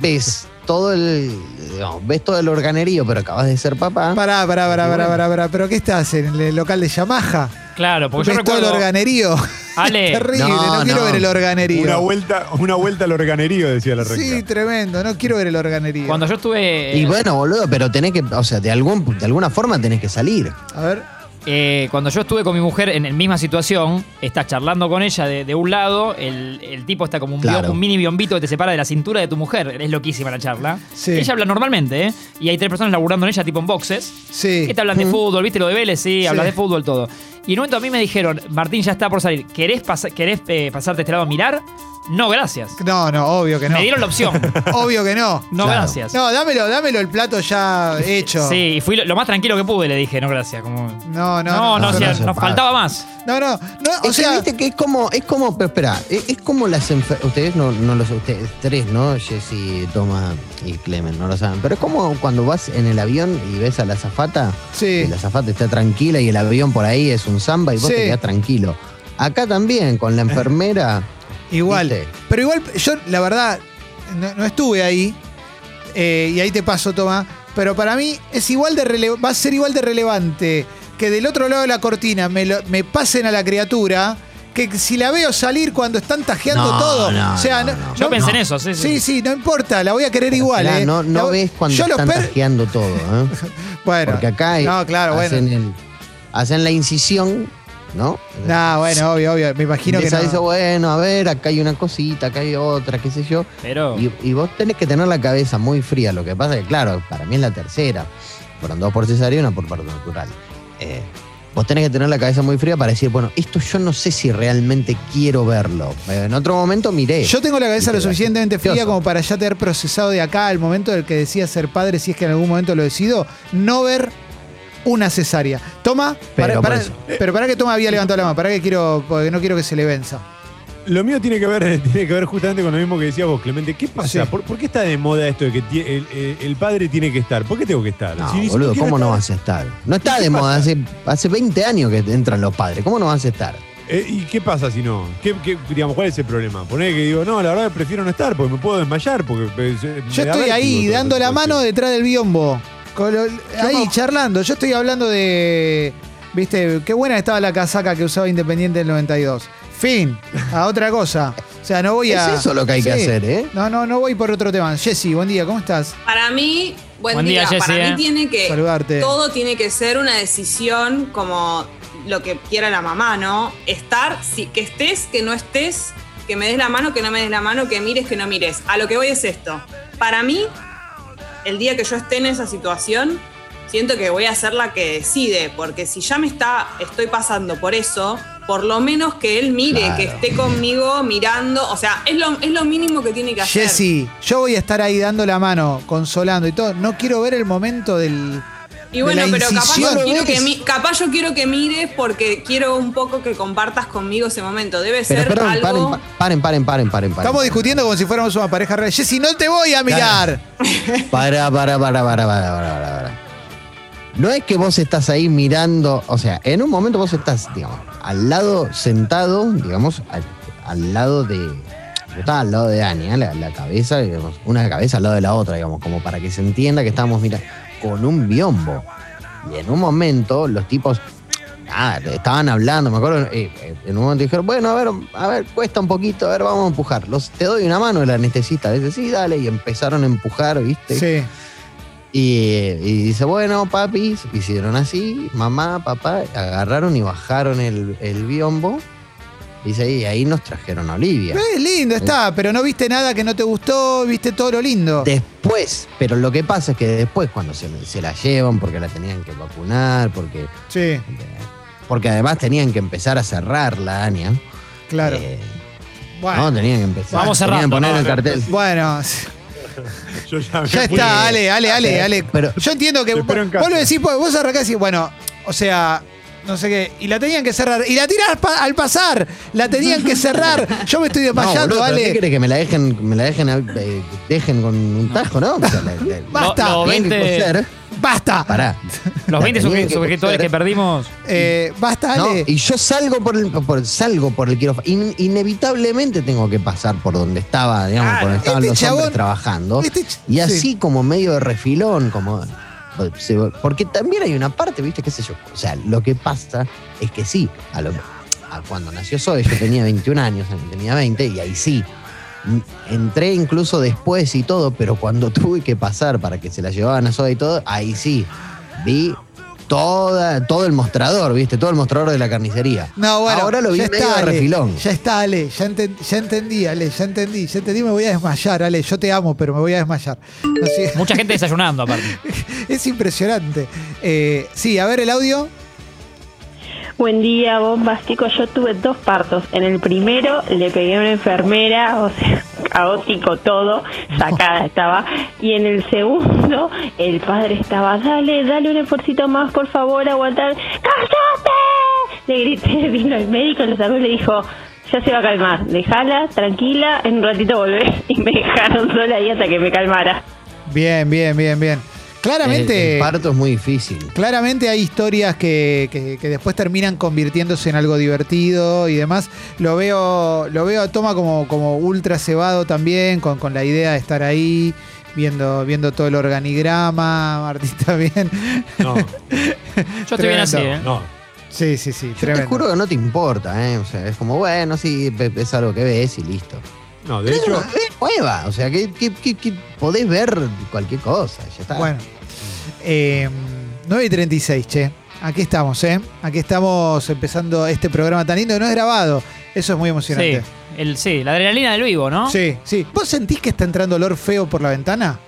[SPEAKER 8] ves todo el, digamos, ves todo el organerío, pero acabas de ser papá.
[SPEAKER 1] Pará, pará, pará, pará, pará, pará, pero ¿qué estás en el local de Yamaha?
[SPEAKER 2] Claro, porque yo
[SPEAKER 1] ¿Ves todo el
[SPEAKER 2] recuerdo. Eh.
[SPEAKER 1] organerío?
[SPEAKER 2] Ale.
[SPEAKER 1] Terrible, no,
[SPEAKER 8] No,
[SPEAKER 1] quiero
[SPEAKER 8] no.
[SPEAKER 1] ver el organerío.
[SPEAKER 4] Una vuelta, una vuelta al organerío, decía la recta.
[SPEAKER 1] Sí, tremendo, no quiero ver el organerío.
[SPEAKER 2] Cuando yo estuve.
[SPEAKER 8] Y bueno, boludo, pero tenés que, o sea, de, algún, de alguna forma tenés que salir.
[SPEAKER 1] A ver,
[SPEAKER 2] Eh, cuando yo estuve con mi mujer en la misma situación, estás charlando con ella de, de un lado, el, el tipo está como un,
[SPEAKER 8] Claro.
[SPEAKER 2] biom- un mini biombito que te separa de la cintura de tu mujer. Es loquísima la charla.
[SPEAKER 1] Sí.
[SPEAKER 2] Ella habla normalmente, ¿eh? Y hay tres personas laburando en ella, tipo en boxes.
[SPEAKER 1] sí.
[SPEAKER 2] Que te hablan de fútbol, ¿viste? Lo de Vélez, sí,
[SPEAKER 1] Sí.
[SPEAKER 2] hablas de fútbol, todo. Y en un momento a mí me dijeron, Martín ya está por salir, ¿querés, pasa- querés eh, pasarte a este lado a mirar? No, gracias.
[SPEAKER 1] No, no, obvio que no.
[SPEAKER 2] Me dieron la opción.
[SPEAKER 1] Obvio que no.
[SPEAKER 2] No,
[SPEAKER 8] Claro.
[SPEAKER 2] gracias.
[SPEAKER 1] No, dámelo, dámelo el plato ya hecho.
[SPEAKER 2] Sí, y fui lo, lo más tranquilo que pude, le dije, no, gracias. Como...
[SPEAKER 1] No, no,
[SPEAKER 2] No, no,
[SPEAKER 1] no,
[SPEAKER 2] o
[SPEAKER 1] eso
[SPEAKER 2] sea,
[SPEAKER 8] no se
[SPEAKER 2] nos
[SPEAKER 8] paga.
[SPEAKER 2] faltaba más.
[SPEAKER 1] No, no, no, o
[SPEAKER 8] Es que
[SPEAKER 1] sea,
[SPEAKER 8] viste que es como, es como, pero espera, es, es como las enfermedades, ustedes no, no lo saben, ustedes tres, ¿no? Jessy, Toma y Clemen, no lo saben, pero es como cuando vas en el avión y ves a la azafata, y
[SPEAKER 1] sí.
[SPEAKER 8] la azafata está tranquila y el avión por ahí es un samba y vos
[SPEAKER 1] Sí.
[SPEAKER 8] te quedás tranquilo. Acá también, con la enfermera,
[SPEAKER 1] Igual.
[SPEAKER 8] ¿Viste?
[SPEAKER 1] Pero igual, yo la verdad, no, no estuve ahí. eh, y ahí te paso, Toma. Pero para mí es igual de rele- va a ser igual de relevante que del otro lado de la cortina me, lo- me pasen a la criatura. Que si la veo salir cuando están tajeando
[SPEAKER 8] No,
[SPEAKER 1] todo.
[SPEAKER 8] no,
[SPEAKER 1] o sea,
[SPEAKER 8] no,
[SPEAKER 1] no-
[SPEAKER 8] no.
[SPEAKER 2] Yo
[SPEAKER 1] no-
[SPEAKER 2] pensé en eso, sí, sí.
[SPEAKER 1] Sí, sí, no importa, la voy a querer igual.
[SPEAKER 8] Esperá,
[SPEAKER 1] eh.
[SPEAKER 8] no, no
[SPEAKER 1] La-
[SPEAKER 8] ves cuando
[SPEAKER 1] yo los
[SPEAKER 8] están
[SPEAKER 1] per-
[SPEAKER 8] tajeando todo, ¿eh?
[SPEAKER 1] Bueno,
[SPEAKER 8] Porque acá hay-
[SPEAKER 1] No, claro, bueno.
[SPEAKER 8] hacen, el- hacen la incisión, ¿no?
[SPEAKER 1] No, bueno, obvio, obvio. Me imagino que
[SPEAKER 8] Empieza
[SPEAKER 1] no.
[SPEAKER 8] eso, bueno, a ver, acá hay una cosita, acá hay otra, qué sé yo.
[SPEAKER 2] Pero.
[SPEAKER 8] Y, y vos tenés que tener la cabeza muy fría. Lo que pasa es que, claro, para mí es la tercera. Fueron dos por cesárea y una por parto natural. Eh, vos tenés que tener la cabeza muy fría para decir, bueno, esto yo no sé si realmente quiero verlo. Eh, En otro momento miré.
[SPEAKER 1] Yo tengo la cabeza
[SPEAKER 8] Viste,
[SPEAKER 1] lo suficientemente
[SPEAKER 8] gracioso.
[SPEAKER 1] fría como para ya tener procesado de acá al momento del que decía ser padre, si es que en algún momento lo decido, no ver una cesárea. Toma, para,
[SPEAKER 8] Pero por
[SPEAKER 1] para-
[SPEAKER 8] eso.
[SPEAKER 1] pero para que Toma había levantado la mano, para que quiero, porque no quiero que se le venza.
[SPEAKER 4] Lo mío tiene que ver, tiene que ver justamente con lo mismo que decías vos, Clemente. ¿Qué pasa?
[SPEAKER 1] Sí.
[SPEAKER 4] ¿Por, por qué está de moda esto de que ti- el, el- el padre tiene que estar? ¿Por qué tengo que estar?
[SPEAKER 8] No,
[SPEAKER 4] Si ni
[SPEAKER 8] boludo,
[SPEAKER 4] siquiera
[SPEAKER 8] ¿cómo no
[SPEAKER 4] está-
[SPEAKER 8] vas a estar? No está
[SPEAKER 4] ¿Qué
[SPEAKER 8] de moda,
[SPEAKER 4] pasa?
[SPEAKER 8] hace, hace 20 años que entran los padres. ¿Cómo no vas a estar?
[SPEAKER 4] Eh, ¿Y qué pasa si no? ¿Qué, qué- digamos, ¿Cuál es el problema? Poner que digo, no, la verdad prefiero no estar porque me puedo desmayar. porque eh, se- me
[SPEAKER 1] Yo estoy
[SPEAKER 4] da vértigo
[SPEAKER 1] ahí
[SPEAKER 4] todo
[SPEAKER 1] dando
[SPEAKER 4] esto.
[SPEAKER 1] la mano detrás del biombo, con lo- ahí charlando. Yo estoy hablando de, viste, qué buena estaba la casaca que usaba Independiente del 92. Fin, a otra cosa. O sea, no voy
[SPEAKER 8] Es
[SPEAKER 1] a...
[SPEAKER 8] eso lo que hay que
[SPEAKER 1] Sí.
[SPEAKER 8] hacer, ¿eh?
[SPEAKER 1] No, no, no voy por otro tema. Jessy, buen día, ¿cómo estás?
[SPEAKER 3] Para mí, buen,
[SPEAKER 2] Buen día,
[SPEAKER 3] día,
[SPEAKER 2] Jessy,
[SPEAKER 3] para
[SPEAKER 2] eh.
[SPEAKER 3] mí tiene que
[SPEAKER 1] Saludarte.
[SPEAKER 3] todo tiene que ser una decisión como lo que quiera la mamá, ¿no? Estar, si, que estés, que no estés, que me des la mano, que no me des la mano, que mires, que no mires. A lo que voy es esto. Para mí, el día que yo esté en esa situación, siento que voy a ser la que decide, porque si ya me está, estoy pasando por eso, por lo menos que él mire,
[SPEAKER 8] Claro.
[SPEAKER 3] que esté conmigo mirando, o sea, es lo, es lo mínimo que tiene que hacer.
[SPEAKER 1] Jessy, yo voy a estar ahí dando la mano, consolando y todo. No quiero ver el momento del.
[SPEAKER 3] Y bueno,
[SPEAKER 1] de la
[SPEAKER 3] pero capaz
[SPEAKER 1] incisión.
[SPEAKER 3] yo, quiero que
[SPEAKER 1] ¿Ves?
[SPEAKER 3] mi- capaz yo quiero que mires porque quiero un poco que compartas conmigo ese momento. Debe
[SPEAKER 8] Pero
[SPEAKER 3] ser
[SPEAKER 8] perdón,
[SPEAKER 3] algo.
[SPEAKER 8] paren, pa- paren, paren, paren, paren, paren.
[SPEAKER 1] Estamos discutiendo como si fuéramos una pareja real. Jessy, no te voy a mirar.
[SPEAKER 8] Para, para, para, para, para, para, para, para. No es que vos estás ahí mirando, o sea, en un momento vos estás, digamos, al lado, sentado, digamos, al, al lado de. Yo estaba al lado de Ania, la, la cabeza, digamos, una cabeza al lado de la otra, digamos, como para que se entienda que estábamos mirando con un biombo. Y en un momento los tipos nada, le estaban hablando, me acuerdo, eh, eh, en un momento dijeron, bueno, a ver, a ver, cuesta un poquito, a ver, vamos a empujar. Los, te doy una mano el anestesista, dice, sí, dale, y empezaron a empujar, ¿viste?
[SPEAKER 1] Sí.
[SPEAKER 8] Y, eh, y dice, bueno, papi, hicieron así, mamá, papá, agarraron y bajaron el, el biombo. Dice, y ahí nos trajeron a Olivia.
[SPEAKER 1] Eh, lindo está, pero no viste nada que no te gustó, viste todo lo lindo.
[SPEAKER 8] Después, pero lo que pasa es que después cuando se, se la llevan, porque la tenían que vacunar, porque,
[SPEAKER 1] Sí,
[SPEAKER 8] porque además tenían que empezar a cerrar la ANIA.
[SPEAKER 1] claro.
[SPEAKER 8] eh,
[SPEAKER 1] bueno,
[SPEAKER 8] No, tenían que empezar.
[SPEAKER 2] Vamos
[SPEAKER 8] tenían que
[SPEAKER 2] cerrando,
[SPEAKER 8] poner
[SPEAKER 2] ¿no?
[SPEAKER 8] el cartel.
[SPEAKER 1] bueno,
[SPEAKER 4] Yo ya, me
[SPEAKER 1] ya
[SPEAKER 4] fui.
[SPEAKER 1] está, Ale, Ale, Ale, Ale.
[SPEAKER 8] Eh, Pero-
[SPEAKER 1] Yo entiendo que
[SPEAKER 4] Te
[SPEAKER 1] vos,
[SPEAKER 4] espero en casa.
[SPEAKER 1] vos lo decís, pues, vos arrancás y decís, bueno, o sea, no sé qué, y la tenían que cerrar, y la tirás pa- al pasar, la tenían que cerrar. Yo me estoy
[SPEAKER 8] No, boludo,
[SPEAKER 1] desmayando,
[SPEAKER 8] ¿pero ¿Qué
[SPEAKER 1] Ale.
[SPEAKER 8] crees que me la dejen, me la dejen, eh, dejen con un tajo, no? O sea, la- la-
[SPEAKER 1] Basta,
[SPEAKER 2] Lo- los
[SPEAKER 8] tenían que
[SPEAKER 2] 20,
[SPEAKER 8] coser,
[SPEAKER 1] Basta.
[SPEAKER 8] Pará.
[SPEAKER 2] los 20
[SPEAKER 8] Tenían
[SPEAKER 2] suscri-
[SPEAKER 8] que
[SPEAKER 2] suscriptores
[SPEAKER 8] coser.
[SPEAKER 2] que perdimos.
[SPEAKER 1] Eh, basta,
[SPEAKER 8] No,
[SPEAKER 1] Ale.
[SPEAKER 8] y yo salgo por el, por- salgo por el quirófano. In- inevitablemente tengo que pasar por donde estaba, digamos, por donde estaban
[SPEAKER 1] este
[SPEAKER 8] los
[SPEAKER 1] chabón-
[SPEAKER 8] hombres trabajando.
[SPEAKER 1] este ch-
[SPEAKER 8] y así
[SPEAKER 1] sí.
[SPEAKER 8] como medio de refilón, como. se- Porque también hay una parte, ¿viste? ¿Qué sé yo? O sea, lo que pasa es que sí, a lo- a cuando nació Zoe, yo tenía 21 años, tenía 20, y ahí sí. m- Entré incluso después y todo, pero cuando tuve que pasar para que se la llevaban a Zoe y todo, ahí sí. Vi toda, todo el mostrador, ¿viste? Todo el mostrador de la carnicería.
[SPEAKER 1] No, bueno,
[SPEAKER 8] Ahora lo vi
[SPEAKER 1] ya
[SPEAKER 8] medio
[SPEAKER 1] está,
[SPEAKER 8] de
[SPEAKER 1] Ale,
[SPEAKER 8] refilón.
[SPEAKER 1] Ya está, Ale, ya, enten- ya entendí, Ale, ya entendí, ya entendí, me voy a desmayar, Ale, yo te amo, pero me voy a desmayar. No sé,
[SPEAKER 2] Mucha gente desayunando, aparte.
[SPEAKER 1] es impresionante. Eh, sí, a ver el audio.
[SPEAKER 7] Buen día, bombas, chicos. Yo tuve dos partos. En el primero le pegué a una enfermera, o sea, caótico todo, sacada estaba. Y en el segundo, el padre estaba, dale, dale un esfuercito más, por favor, aguantar. ¡Cállate! Le grité, vino el médico, lo sacó y le dijo, ya se va a calmar, déjala, tranquila, en un ratito volvés. Y me dejaron sola ahí hasta que me calmara.
[SPEAKER 1] Bien, bien, bien, bien.
[SPEAKER 8] El,
[SPEAKER 1] Claramente,
[SPEAKER 8] Eh, el parto es muy difícil.
[SPEAKER 1] claramente hay historias que, que- que después terminan convirtiéndose en algo divertido y demás. Lo veo, lo veo a Toma como, como ultra cebado también, con, con la idea de estar ahí, viendo, viendo todo el organigrama, Martín también.
[SPEAKER 4] No,
[SPEAKER 2] Yo estoy bien así, ¿eh?
[SPEAKER 4] no.
[SPEAKER 1] Sí, sí, sí,
[SPEAKER 8] Yo te
[SPEAKER 1] tremendo.
[SPEAKER 8] juro que no te importa, ¿eh? O sea, es como, bueno, sí, pe- es algo que ves y listo.
[SPEAKER 4] No, de hecho,
[SPEAKER 8] Es nueva, o sea, que, que- que- que podés ver cualquier cosa, ya está.
[SPEAKER 1] Bueno. Eh, 9 y 36, che. Aquí estamos, ¿eh? Aquí estamos empezando este programa tan lindo que no es grabado. Eso es muy
[SPEAKER 2] Sí,
[SPEAKER 1] emocionante.
[SPEAKER 2] el, sí, la adrenalina del vivo, ¿no?
[SPEAKER 1] Sí, sí. ¿Vos sentís que está entrando olor feo por la ventana?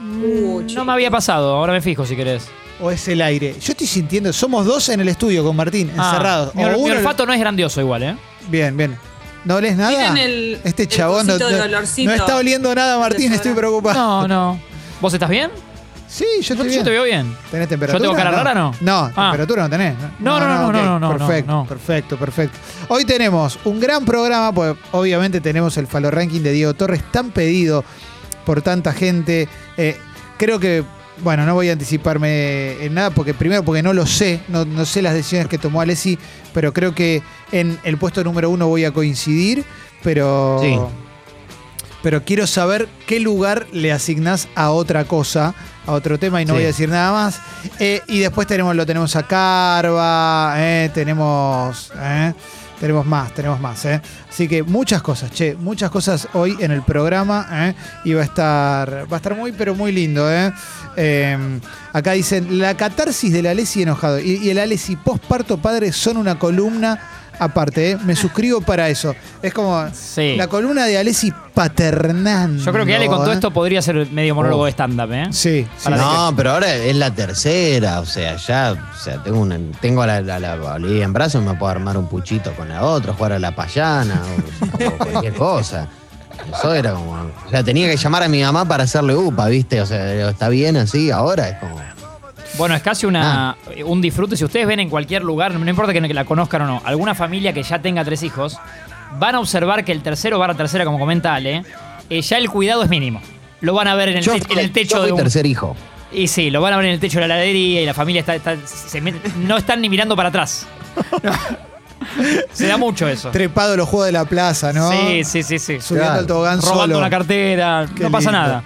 [SPEAKER 2] No me había pasado, ahora me fijo si querés.
[SPEAKER 1] ¿O es el aire? Yo estoy sintiendo, somos dos en el estudio con Martín,
[SPEAKER 2] Ah,
[SPEAKER 1] encerrados.
[SPEAKER 2] Mi,
[SPEAKER 1] O
[SPEAKER 2] or- mi
[SPEAKER 1] uno-
[SPEAKER 2] olfato no es grandioso igual, ¿eh?
[SPEAKER 1] Bien, bien. ¿No olés nada?
[SPEAKER 3] Miren el-
[SPEAKER 1] este
[SPEAKER 3] el
[SPEAKER 1] chabón no,
[SPEAKER 3] cosito de
[SPEAKER 1] no-
[SPEAKER 3] olorcito.
[SPEAKER 1] no está oliendo nada, Martín, estoy preocupado.
[SPEAKER 2] No, no. ¿Vos estás bien?
[SPEAKER 1] Sí, yo
[SPEAKER 2] Yo,
[SPEAKER 1] estoy
[SPEAKER 2] yo
[SPEAKER 1] bien.
[SPEAKER 2] te veo bien.
[SPEAKER 1] ¿Tenés temperatura?
[SPEAKER 2] ¿Yo tengo cara
[SPEAKER 1] no.
[SPEAKER 2] rara, no?
[SPEAKER 1] No,
[SPEAKER 2] Ah.
[SPEAKER 1] temperatura no tenés.
[SPEAKER 2] No, no, no, no,
[SPEAKER 1] ok,
[SPEAKER 2] no, no, no,
[SPEAKER 1] Perfecto,
[SPEAKER 2] no.
[SPEAKER 1] perfecto, perfecto. Hoy tenemos un gran programa, pues obviamente tenemos el Falo Ranking de Diego Torres, tan pedido por tanta gente. Eh, creo que, bueno, no voy a anticiparme en nada, porque primero porque no lo sé, no, no sé las decisiones que tomó Alessi, pero creo que en el puesto número uno voy a coincidir, pero...
[SPEAKER 8] Sí.
[SPEAKER 1] Pero quiero saber qué lugar le asignás a otra cosa, a otro tema, y no
[SPEAKER 8] Sí.
[SPEAKER 1] voy a decir nada más. Eh, y después tenemos, lo tenemos a Carva, eh, tenemos. eh, tenemos más, tenemos más. eh. Así que muchas cosas, che, muchas cosas hoy en el programa. eh, y va a estar. Va a estar muy, pero muy lindo, eh. Eh, acá dicen, la catarsis del Alessi enojado. Y, y el Alessi postparto padre son una columna aparte, eh. Me suscribo para eso. Es como.
[SPEAKER 2] Sí.
[SPEAKER 1] La columna de Alessi paternando. ¿eh?
[SPEAKER 2] Yo creo que Ale con todo esto podría ser medio monólogo
[SPEAKER 8] Oh.
[SPEAKER 2] de stand-up, ¿eh?
[SPEAKER 1] Sí, sí.
[SPEAKER 8] no, pero ahora es la tercera, o sea, ya, o sea, tengo una, tengo a la, la, la Olivia en brazos, me puedo armar un puchito con la otra, jugar a la payana, o, o cualquier cosa. Eso era como, o sea, tenía que llamar a mi mamá para hacerle upa, ¿viste? O sea, está bien así, ahora es como...
[SPEAKER 2] Bueno, es casi una,
[SPEAKER 8] Ah.
[SPEAKER 2] un disfrute. Si ustedes ven en cualquier lugar, no importa que la conozcan o no, alguna familia que ya tenga tres hijos, van a observar que el tercero barra tercera, como comenta Ale, eh, ya el cuidado es mínimo. Lo van a ver en el,
[SPEAKER 8] Yo
[SPEAKER 2] te- en el
[SPEAKER 8] fui-
[SPEAKER 2] techo
[SPEAKER 8] yo
[SPEAKER 2] de
[SPEAKER 8] fui
[SPEAKER 2] un,
[SPEAKER 8] tercer hijo.
[SPEAKER 2] Y sí, lo van a ver en el techo de la heladería y la familia está, está- se mete- no están ni mirando para atrás. No. Se da mucho eso.
[SPEAKER 1] Trepado los juegos de la plaza, ¿no?
[SPEAKER 2] Sí, sí, sí, sí.
[SPEAKER 1] Subiendo
[SPEAKER 8] Claro.
[SPEAKER 1] al tobogán
[SPEAKER 2] Robando
[SPEAKER 1] solo.
[SPEAKER 2] una cartera,
[SPEAKER 1] Qué
[SPEAKER 2] no pasa
[SPEAKER 1] lindo.
[SPEAKER 2] nada.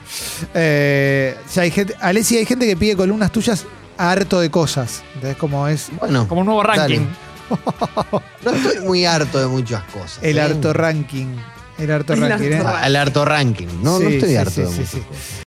[SPEAKER 1] Eh, ya hay gente, Alessi, hay gente que pide columnas tuyas harto de cosas. ¿Entendés? Como es
[SPEAKER 8] Bueno,
[SPEAKER 2] Como un nuevo ranking.
[SPEAKER 8] Dale. no estoy muy harto de muchas cosas.
[SPEAKER 1] el
[SPEAKER 8] ¿eh?
[SPEAKER 1] harto ranking. El harto
[SPEAKER 3] El
[SPEAKER 1] ranking,
[SPEAKER 3] harto
[SPEAKER 1] ¿eh?
[SPEAKER 3] ranking.
[SPEAKER 8] Ah, El harto ranking. No, no
[SPEAKER 1] Sí,
[SPEAKER 8] estoy
[SPEAKER 1] sí,
[SPEAKER 8] harto
[SPEAKER 1] sí,
[SPEAKER 8] de
[SPEAKER 1] sí,
[SPEAKER 8] muchas
[SPEAKER 1] sí.
[SPEAKER 8] cosas.